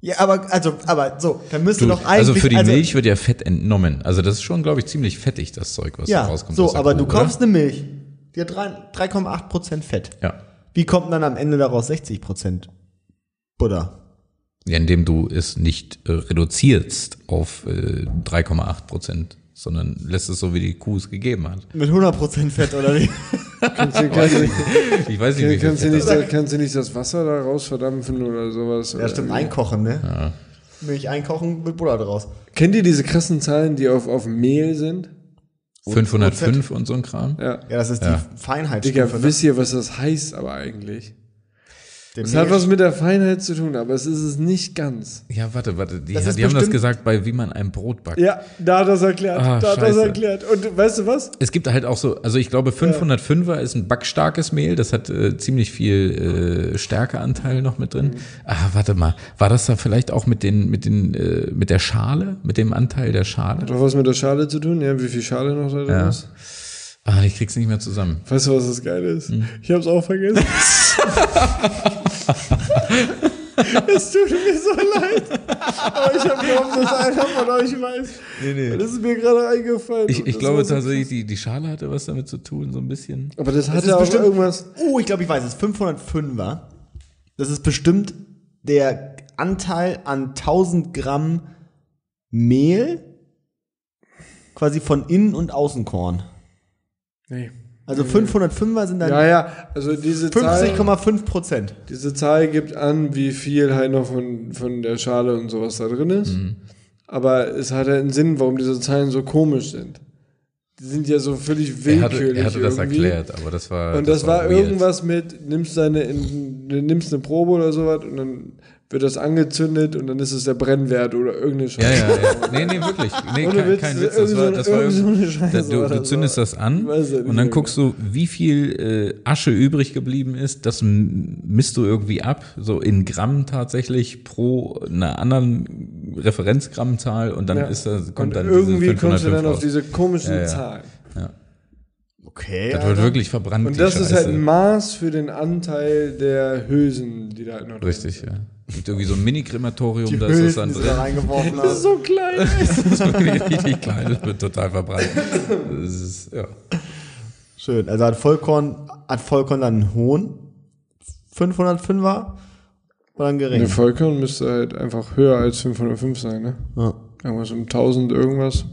B: Ja, aber also, aber so, dann müsste
C: Du,
B: doch eigentlich.
C: also für die Milch wird ja Fett entnommen. Also das ist schon, glaube ich, ziemlich fettig, das Zeug, was da
B: Ja,
C: rauskommt. aus
B: so,
C: der
B: aber
C: Kuh,
B: du
C: oder?
B: kaufst eine Milch. Die hat drei- 3,8% Fett.
C: Ja.
B: Wie kommt dann am Ende daraus 60% Butter?
C: ja, indem du es nicht äh, reduzierst auf äh, 3,8 Prozent, sondern lässt es so, wie die Kuh es gegeben hat.
B: Mit 100% Fett oder wie?
A: Kannst du kannst du nicht,
C: Ich weiß nicht, wie viel
A: kannst du
C: Fett
A: nicht,
C: das-
A: das- kannst du nicht das Wasser da rausverdampfen oder sowas?
B: (laughs) Ja, stimmt, einkochen, ne? Milch einkochen mit Butter draus.
A: Kennt ihr diese krassen Zahlen, die auf, auf Mehl sind?
C: 505 und so ein Kram.
B: Ja, das ist
C: Ja.
B: die Feinheit.
A: Digga, wisst ihr, was das heißt aber eigentlich? Es hat was
B: was
A: mit der Feinheit zu tun, aber es ist es nicht ganz.
C: Ja, warte, warte. Die,
B: Das ist
C: die haben das
B: bestimmt-
C: gesagt bei wie man ein Brot backt.
A: Ja, da hat er es erklärt.
C: Ah,
A: da hat er es
C: scheiße.
A: erklärt. Und weißt du was?
C: Es gibt halt auch so, also ich glaube 505er ist ein backstarkes Mehl, das hat äh, ziemlich viel äh, Stärkeanteil noch mit drin.
B: Mhm.
C: Ah, warte mal, war das da vielleicht auch mit den mit den äh, mit der Schale, mit dem Anteil der Schale?
A: Hat auch was mit der Schale zu tun, ja, wie viel Schale noch da drin
C: Ja.
A: ist.
C: Ah, ich krieg's nicht mehr zusammen.
A: Weißt du, was das Geile ist? Ich hab's auch vergessen. (laughs) Es tut mir so leid. Aber ich hab gehofft, dass einer von euch weiß. Nee, nee. Das ist mir gerade eingefallen.
C: Ich,
A: Und
C: ich
A: das
C: glaube
A: war so-
C: tatsächlich, die, die Schale hatte was damit zu tun, so ein bisschen.
A: Aber das
B: Das
A: hatte
B: ist
A: auch
B: bestimmt
A: irgendwas.
B: Oh, ich glaube, ich weiß es. 505er. Das ist bestimmt der Anteil an 1000 Gramm Mehl, quasi von Innen- und Außenkorn.
A: Nee.
B: Also 505er sind dann
A: Ja, ja, also diese Zahl.
B: 50,5 Prozent.
A: Diese Zahl gibt an, wie viel halt noch von, von der Schale und sowas da drin ist.
C: Mhm.
A: Aber es hat halt einen Sinn, warum diese Zahlen so komisch sind. Die sind ja so völlig willkürlich.
C: Er hatte, er hatte das
A: irgendwie.
C: erklärt, aber das war
A: Und das, war,
C: weird.
A: irgendwas mit, nimmst, deine, in, du nimmst eine Probe oder sowas und dann wird das angezündet und dann ist es der Brennwert oder irgendeine
C: Ja,
A: Scheiße.
C: ja, ja. Nee, nee, wirklich. Nee,
A: Ohne
C: kein,
A: Witz,
C: kein Witz. Das war, das war
A: irgend so eine
C: irgendwie-
A: (laughs) Scheiße
C: du,
A: oder
C: du
A: so.
C: zündest das an
A: Weiß ich nicht
C: und dann
A: mehr
C: guckst du, wie viel äh, Asche übrig geblieben ist. Das m- misst du irgendwie ab, so in Gramm tatsächlich pro einer anderen Referenzgrammzahl und dann
A: Ja.
C: ist das, kommt
A: Und
C: dann
A: irgendwie
C: diese
A: kommst du
C: 505
A: dann auf
C: raus.
A: diese komischen
C: Ja, ja.
A: Zahlen.
B: Okay.
C: Das wird wirklich verbrannt.
A: ne? Und
C: die
A: das ist halt
C: Scheiße.
A: ein Maß für den Anteil der Hülsen, die da halt noch drin
C: Richtig,
A: sind.
C: ja. Gibt irgendwie so ein Mini-Krematorium,
B: die
C: da ist das
B: Hülsen,
C: dann
B: die sie da
C: drin. (laughs)
B: reingeworfen
A: Das ist
B: haben.
A: so klein.
C: Das ist wirklich (laughs) richtig klein, das wird total verbrannt. Das ist, ja.
B: Schön. Also hat Vollkorn, hat Vollkorn dann einen hohen 505er oder einen
A: Eine
B: geringen?
A: Vollkorn müsste halt einfach höher als 505 sein, ne?
B: Ja.
A: Irgendwas um 1000 irgendwas.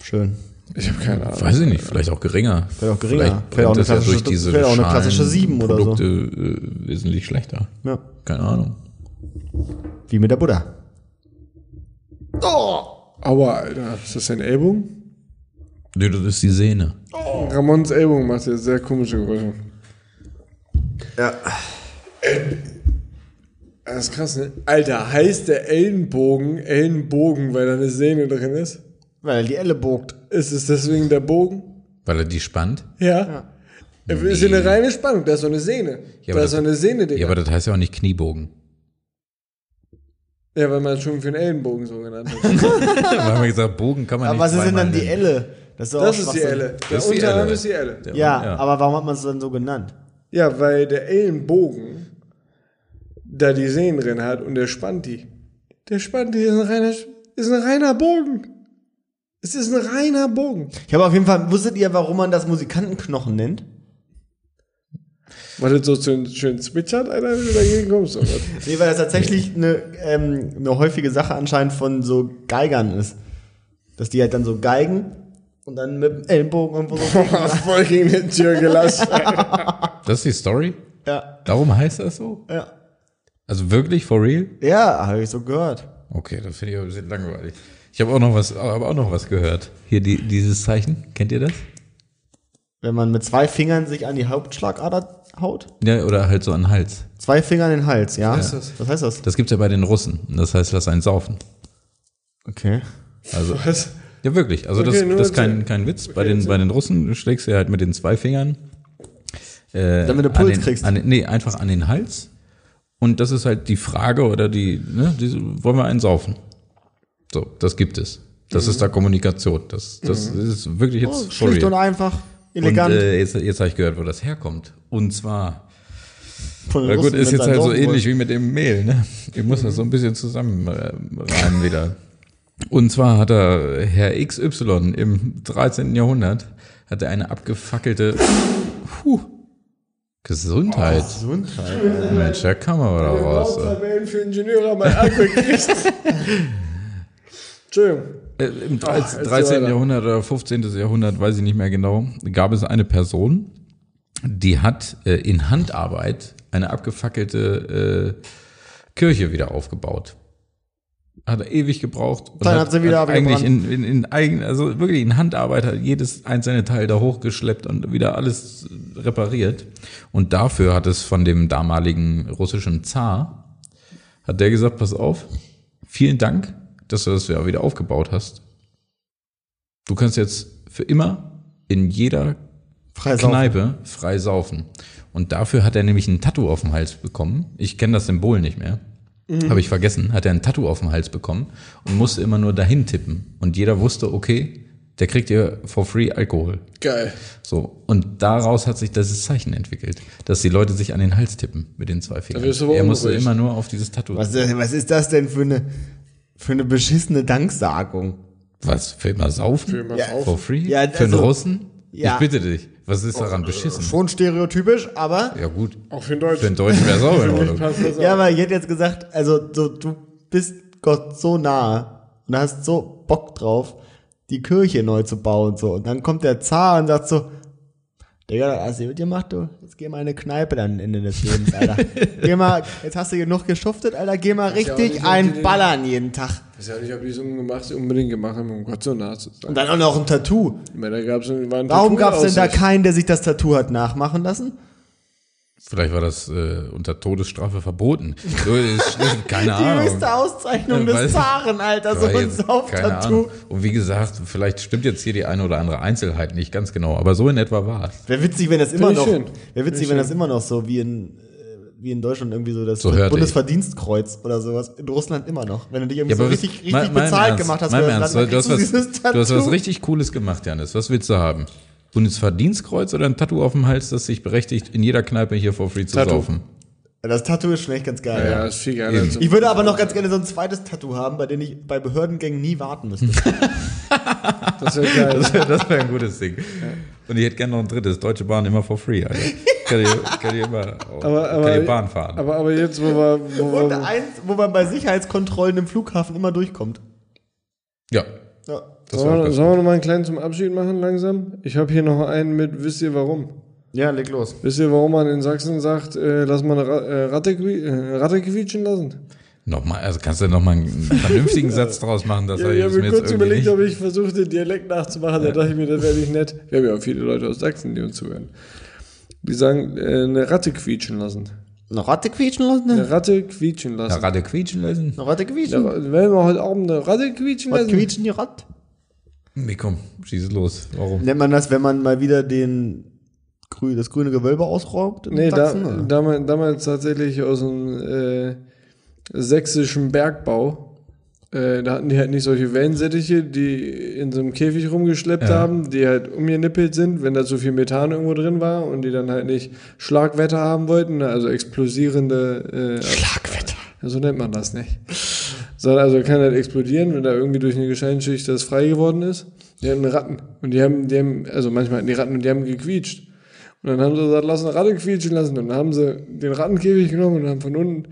B: Schön.
A: Ich habe keine Ahnung.
C: Weiß ich nicht, vielleicht auch geringer.
B: Vielleicht auch geringer.
C: Vielleicht
B: Vielleicht auch eine
C: brennt das ja
B: klassische-
C: durch diese
B: vielleicht auch eine klassische Sieben oder so.
C: Produkte äh, wesentlich schlechter.
B: Ja.
C: Keine Ahnung.
B: Wie mit der Buddha.
A: Aua, Alter. Ist das dein Ellbogen?
C: Nee, das ist die Sehne.
A: Ramons Ellbogen macht jetzt sehr komische Geräusche. Ja. Das ist krass, ne? Alter, heißt der Ellenbogen Ellenbogen, weil da eine Sehne drin ist?
B: Weil er die Elle bogt.
A: Ist es deswegen der Bogen?
C: Weil er die spannt.
A: Ja. Ist ja eine reine Spannung, da ist so eine Sehne.
C: Ja, aber
A: da ist so
C: das-
A: eine Sehne, Digga.
C: Ja, aber das heißt ja auch nicht Kniebogen. (laughs)
A: Ja, weil man es schon für einen Ellenbogen so genannt hat.
C: Wir haben ja gesagt, Bogen kann man
B: Aber
C: nicht
B: was ist denn
C: zweimal
B: dann die
C: nennen.
B: Elle? Das ist, doch
A: Das
B: auch
A: ist die
B: Schwachsinn.
A: Elle. Der
C: Das ist die
A: Unterarm
C: Elle.
A: ist die Elle.
C: Der-
B: Ja, aber warum hat man es dann so genannt?
A: Ja, weil der Ellenbogen da die Sehnen drin hat und der Spanti. Der Spanti ist ein reiner, ist ein reiner Bogen. Es ist ein reiner Bogen.
B: Ich habe auf jeden Fall, wusstet ihr, warum man das Musikantenknochen nennt?
A: War das so schön, schön zwitschert, Alter, wenn du dagegen kommst? Oder?
B: (laughs)
A: was?
B: Nee, weil das tatsächlich eine, ähm, eine häufige Sache anscheinend von so Geigern ist. Dass die halt dann so geigen und dann mit dem Ellenbogen irgendwo so.
A: (laughs) Boah, voll gegen den Tür gelassen.
C: Das ist die Story?
B: ja,
C: Darum heißt das so?
B: ja.
C: Also wirklich, for real?
B: Ja, habe ich so gehört.
C: Okay, das finde ich aber ein bisschen langweilig. Ich habe auch noch was, aber auch noch was gehört. Hier die, dieses Zeichen, kennt ihr das?
B: Wenn man mit zwei Fingern sich an die Hauptschlagader haut.
C: Ja, oder halt so an den Hals.
B: Zwei Finger an den Hals, ja.
A: heißt das?
B: Was heißt das?
C: Das gibt's ja bei den Russen. Das heißt, lass einen saufen.
B: Okay.
C: Also
A: (laughs) Was?
C: ja, wirklich. Also
A: Okay, nur
C: das, das ist kein,
A: erzähl.
C: kein Witz. bei den bei den Russen schlägst du halt mit den zwei Fingern. Äh,
B: Damit du
C: an
B: Puls
C: den,
B: kriegst.
C: An den, nee, einfach an den Hals. Und das ist halt die Frage oder die, ne, diese, wollen wir einen saufen? So, das gibt es. Das ist da Kommunikation. Das, das ist wirklich jetzt
B: Oh,
C: for
B: schlicht
C: real.
B: und einfach, elegant.
C: Und, äh, jetzt jetzt habe ich gehört, wo das herkommt. Und zwar,
B: Von den
C: na gut,
B: Russen,
C: ist
B: wenn's
C: jetzt
B: einen
C: halt so
B: saufen
C: ähnlich wie mit dem Mehl. Ne? Ich muss das so ein bisschen zusammenreimen wieder. Und zwar hat er Herr XY im 13. Jahrhundert hatte eine abgefackelte Puh, Gesundheit.
B: wollen. Gesundheit.
C: Mensch, da kam aber da raus. ey.
A: Hauptsache für Ingenieure haben mein Alkohol (laughs) gekriegt. Entschuldigung.
C: Äh, Im 13.
A: erzähl
C: 13.
A: weiter.
C: Jahrhundert oder 15. Jahrhundert, weiß ich nicht mehr genau, gab es eine Person, die hat äh, in Handarbeit eine abgefackelte äh, Kirche wieder aufgebaut. Hat er ewig gebraucht. Und
B: Dann hat sie wieder
C: eigentlich
B: abgebrannt.
C: in, in, in eigen, also wirklich in Handarbeit hat jedes einzelne Teil da hochgeschleppt und wieder alles repariert. Und dafür hat es von dem damaligen russischen Zar, hat der gesagt, pass auf, vielen Dank, dass du das ja wieder aufgebaut hast. Du kannst jetzt für immer in jeder
B: Frei saufen.
C: Kneipe frei saufen. Und dafür hat er nämlich ein Tattoo auf dem Hals bekommen. Ich kenne das Symbol nicht mehr.
B: Mhm.
C: Habe ich vergessen. Hat er ein Tattoo auf dem Hals bekommen und musste immer nur dahin tippen. Und jeder wusste, okay, der kriegt ihr for free Alkohol.
A: Geil.
C: So. Und daraus hat sich dieses Zeichen entwickelt, dass die Leute sich an den Hals tippen mit den zwei Fingern.
A: wirst du aber
C: Er musste
A: unruhig.
C: immer nur auf dieses Tattoo.
B: Was, was ist das denn für eine, für eine beschissene Danksagung?
C: Was? Für immer saufen? Für
A: immer
B: saufen.
C: For free?
B: Ja,
C: Für einen
B: also-
C: Russen?
B: Ja. Oh.
C: Ich bitte dich. Was ist daran beschissen?
B: Schon stereotypisch, aber.
C: Ja, gut.
A: Auch für den Deutschen.
C: Für einen Deutschen wäre es auch in Ordnung.
A: Passt das
B: (laughs) Ja,
A: auch.
B: aber ich hätte jetzt gesagt, also so, du bist Gott so nah und hast so Bock drauf, die Kirche neu zu bauen. So. Und dann kommt der Zar und sagt so, Digga, das hast du gut gemacht, du. Jetzt geh mal in eine Kneipe dann Ende des Lebens, (laughs) Alter. geh mal, jetzt hast du genug geschuftet, Alter, geh mal
A: ja auch
B: richtig
A: nicht, ob die
B: einen
A: den-
B: Ballern jeden Tag.
A: Ich weiß ja nicht, ob die es unbedingt unbedingt gemacht haben, um Gott so nah zu sein.
B: Und dann auch noch ein Tattoo.
A: Ich meine, da gab's, war ein Tattoo
B: Warum gab's denn da
A: aus-
B: keinen, der sich das Tattoo hat nachmachen lassen?
C: Vielleicht war das äh, unter Todesstrafe verboten. So, ist- ist-
B: (laughs)
C: Keine
B: Die
C: Ahnung.
B: höchste Auszeichnung
C: Weiß-
B: des Zaren, Alter, so
C: War
B: ein
C: jetzt- keine
B: Sauftattoo.
C: Ahnung. Und wie gesagt, vielleicht stimmt jetzt hier die eine oder andere Einzelheit nicht ganz genau, aber so in etwa war es.
B: Wäre witzig, wenn das immer
A: ich
B: noch,
A: schön.
B: wäre witzig, wenn das immer noch so wie in, äh, wie in Deutschland irgendwie so das
C: So hörte ich.
B: Bundesverdienstkreuz oder sowas. In Russland immer noch. Wenn du dich irgendwie
C: Ja,
B: so
C: aber was-
B: richtig, richtig
C: mein- mein
B: bezahlt
C: Ernst,
B: gemacht hast,
C: mein
B: für das
C: Ernst,
B: Land,
C: du, hast
B: dann kriegst
C: was,
B: dieses
C: du hast was
B: Tattoo.
C: richtig Cooles gemacht, Janis. Was willst du haben? Bundesverdienstkreuz oder ein Tattoo auf dem Hals, das sich berechtigt, in jeder Kneipe hier for free zu
A: Tattoo.
C: saufen?
B: Das Tattoo ist schon echt ganz geil.
A: Ja,
B: ja.
A: ist viel geiler. als-
B: Ich würde aber noch ganz gerne so ein zweites Tattoo haben, bei dem ich bei Behördengängen nie warten müsste.
C: (laughs)
A: Das wäre geil.
C: (laughs) Das, wär- das wäre ein gutes Ding. Und ich hätte gerne noch ein drittes. Deutsche Bahn immer for
B: (laughs)
C: free, Alter. Kann ich, kann ich immer
A: Aber,
C: kann
A: aber,
C: ich Bahn fahren.
A: aber, aber jetzt, wo wir, wo
B: Und
A: wir
B: eins, wo man bei Sicherheitskontrollen im Flughafen immer durchkommt.
C: ja,
B: Ja.
C: das wäre auch
A: Sollen wir,
C: ganz
A: sollen wir noch mal einen kleinen zum Abschied machen langsam? Ich habe hier noch einen mit, wisst ihr warum?
B: Ja, leg los.
A: Wisst ihr, warum man in Sachsen sagt, äh, lass mal eine Ra äh, Ratte, qui- äh, Ratte quietschen lassen?
C: Nochmal, also kannst du nochmal einen
A: (laughs)
C: vernünftigen Satz draus machen, dass
A: Ja,
C: er
A: ich habe
C: jetzt mir
A: mir
C: jetzt
A: kurz
C: irgendwie
A: überlegt,
C: nicht,
A: ob ich versuche, den Dialekt nachzumachen. Da dachte ich mir, das wäre nicht nett. Wir haben ja auch viele Leute aus Sachsen, die uns zuhören. Die sagen, äh, eine Ratte quietschen lassen.
B: Eine Ratte quietschen lassen? Ne?
A: Eine Ratte quietschen lassen.
C: Gerade quietschen lassen.
B: Eine Ratte
A: Ja,
B: quietschen?
A: wenn wir heute Abend eine Ratte quietschen
B: Was
A: lassen.
B: quietschen die Ratte?
C: Nee, komm, schieß los. Warum?
B: Nennt man das, wenn man mal wieder den grü das grüne Gewölbe ausräumt? In
A: Nee, da,
B: Sachsen, oder?
A: damals, damals tatsächlich aus dem äh, sächsischen Bergbau. Äh, da hatten die halt nicht solche Wellensittiche, die in so einem Käfig rumgeschleppt haben, die halt umgenippelt sind, wenn da zu viel Methan irgendwo drin war und die dann halt nicht Schlagwetter haben wollten, also explosierende äh,
B: Schlagwetter.
A: so nennt man das nicht. Sondern also kann halt explodieren, wenn da irgendwie durch eine Gesteinsschicht das frei geworden ist. Die hatten Ratten. Und die haben, die haben, also manchmal hatten die Ratten und die haben gequietscht. Und dann haben sie gesagt, lass eine Ratte quietschen lassen. Und dann haben sie den Rattenkäfig genommen und haben von unten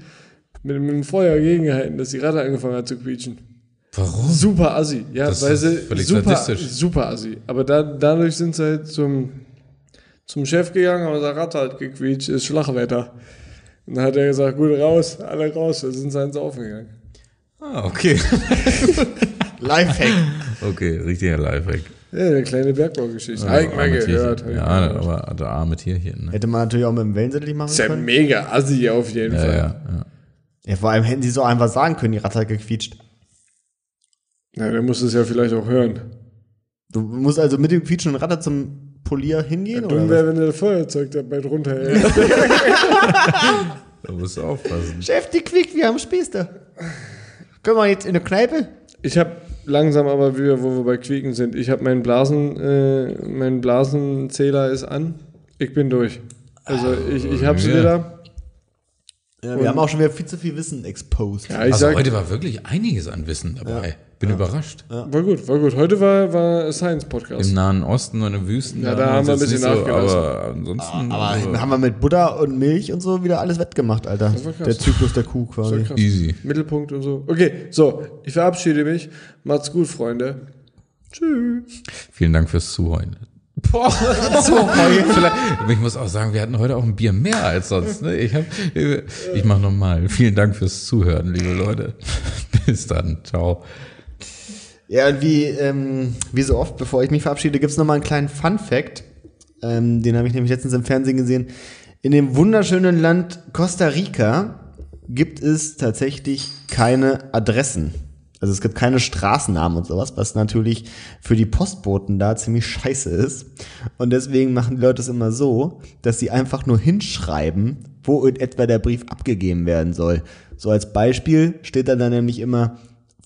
A: mit, mit dem Feuer gegengehalten, dass die Ratte angefangen hat zu quietschen.
C: Warum?
A: Super assi. Ja,
C: Das ist
A: weil sie
C: völlig
A: super,
C: sadistisch.
A: super assi. Aber da, dadurch sind sie halt zum, zum Chef gegangen und der Ratte hat gequietscht, ist Schlagwetter. Und dann hat er gesagt, gut, raus, alle raus. Da sind sie ins Saufen gegangen.
C: Ah, okay.
B: Lifehack.
C: Okay, richtiger Lifehack.
A: Ja, eine kleine Bergbaugeschichte. Ja, ich mal
C: Arme Tierchen.
A: gehört.
C: Ja, aber der arme Tierchen. Ne?
B: Hätte man natürlich auch mit dem Wellensittich machen
A: Ist ja
B: können.
A: mega assi auf jeden
C: Ja,
A: Fall.
C: ja, ja.
B: Ja, vor allem hätten sie so einfach sagen können, die Ratte hat gequietscht.
A: Na, der muss es ja vielleicht auch hören.
B: Du musst also mit dem quietschenden Ratter zum Polier hingehen,
A: Dumm
B: oder?
A: wäre, wenn der Feuerzeug dabei drunter hält.
C: Da musst du aufpassen.
B: Was? Chef, die quiekt, wir haben Späßte. Können wir jetzt in eine Kneipe?
A: Ich habe langsam aber wieder, wo wir bei Quieken sind, ich habe meinen Blasen, äh, mein Blasenzähler ist an. Ich bin durch. Also ich, ich hab's
C: ja.
A: wieder.
B: Ja, wir haben auch schon wieder viel zu viel Wissen exposed.
A: Ja, ich
C: Also
A: sag,
C: heute war wirklich einiges an Wissen dabei. Bin überrascht.
A: war gut, war gut. Heute war, war Science-Podcast.
C: Im Nahen Osten und im Wüsten.
A: Ja, da haben wir
C: uns
A: ein
C: jetzt
A: bisschen
C: nicht
A: nachgelassen.
C: Aber ansonsten
A: (laughs)
B: Aber
C: also,
B: haben wir mit Butter und Milch und so wieder alles wettgemacht, Alter.
A: war krass.
B: Der Zyklus der Kuh quasi.
A: krass.
C: easy.
A: Mittelpunkt und so. Okay, so, ich verabschiede mich. Macht's gut, Freunde. Tschüss.
C: Vielen Dank fürs Zuhören. Boah, (laughs) Vielleicht, ich muss auch sagen, wir hatten heute auch ein Bier mehr als sonst. Ne? Ich, hab- ich mache nochmal. Vielen Dank fürs Zuhören, liebe Leute. Bis dann. Ciao.
B: Ja, und wie, ähm, wie so oft, bevor ich mich verabschiede, gibt's noch nochmal einen kleinen Fun-Fact. Ähm, den habe ich nämlich letztens im Fernsehen gesehen. In dem wunderschönen Land Costa Rica gibt es tatsächlich keine Adressen. Also es gibt keine Straßennamen und sowas, was natürlich für die Postboten da ziemlich scheiße ist. Und deswegen machen die Leute es immer so, dass sie einfach nur hinschreiben, wo in etwa der Brief abgegeben werden soll. So als Beispiel steht dann da nämlich immer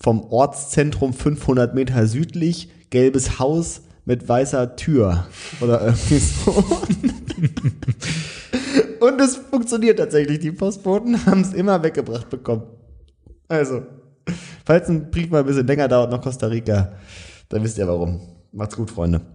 B: vom Ortszentrum 500 Meter südlich, gelbes Haus mit weißer Tür oder irgendwie so. (laughs) Und es funktioniert tatsächlich. Die Postboten haben es immer weggebracht bekommen. Also, falls ein Brief mal ein bisschen länger dauert nach Costa Rica, dann wisst ihr warum. Macht's gut, Freunde.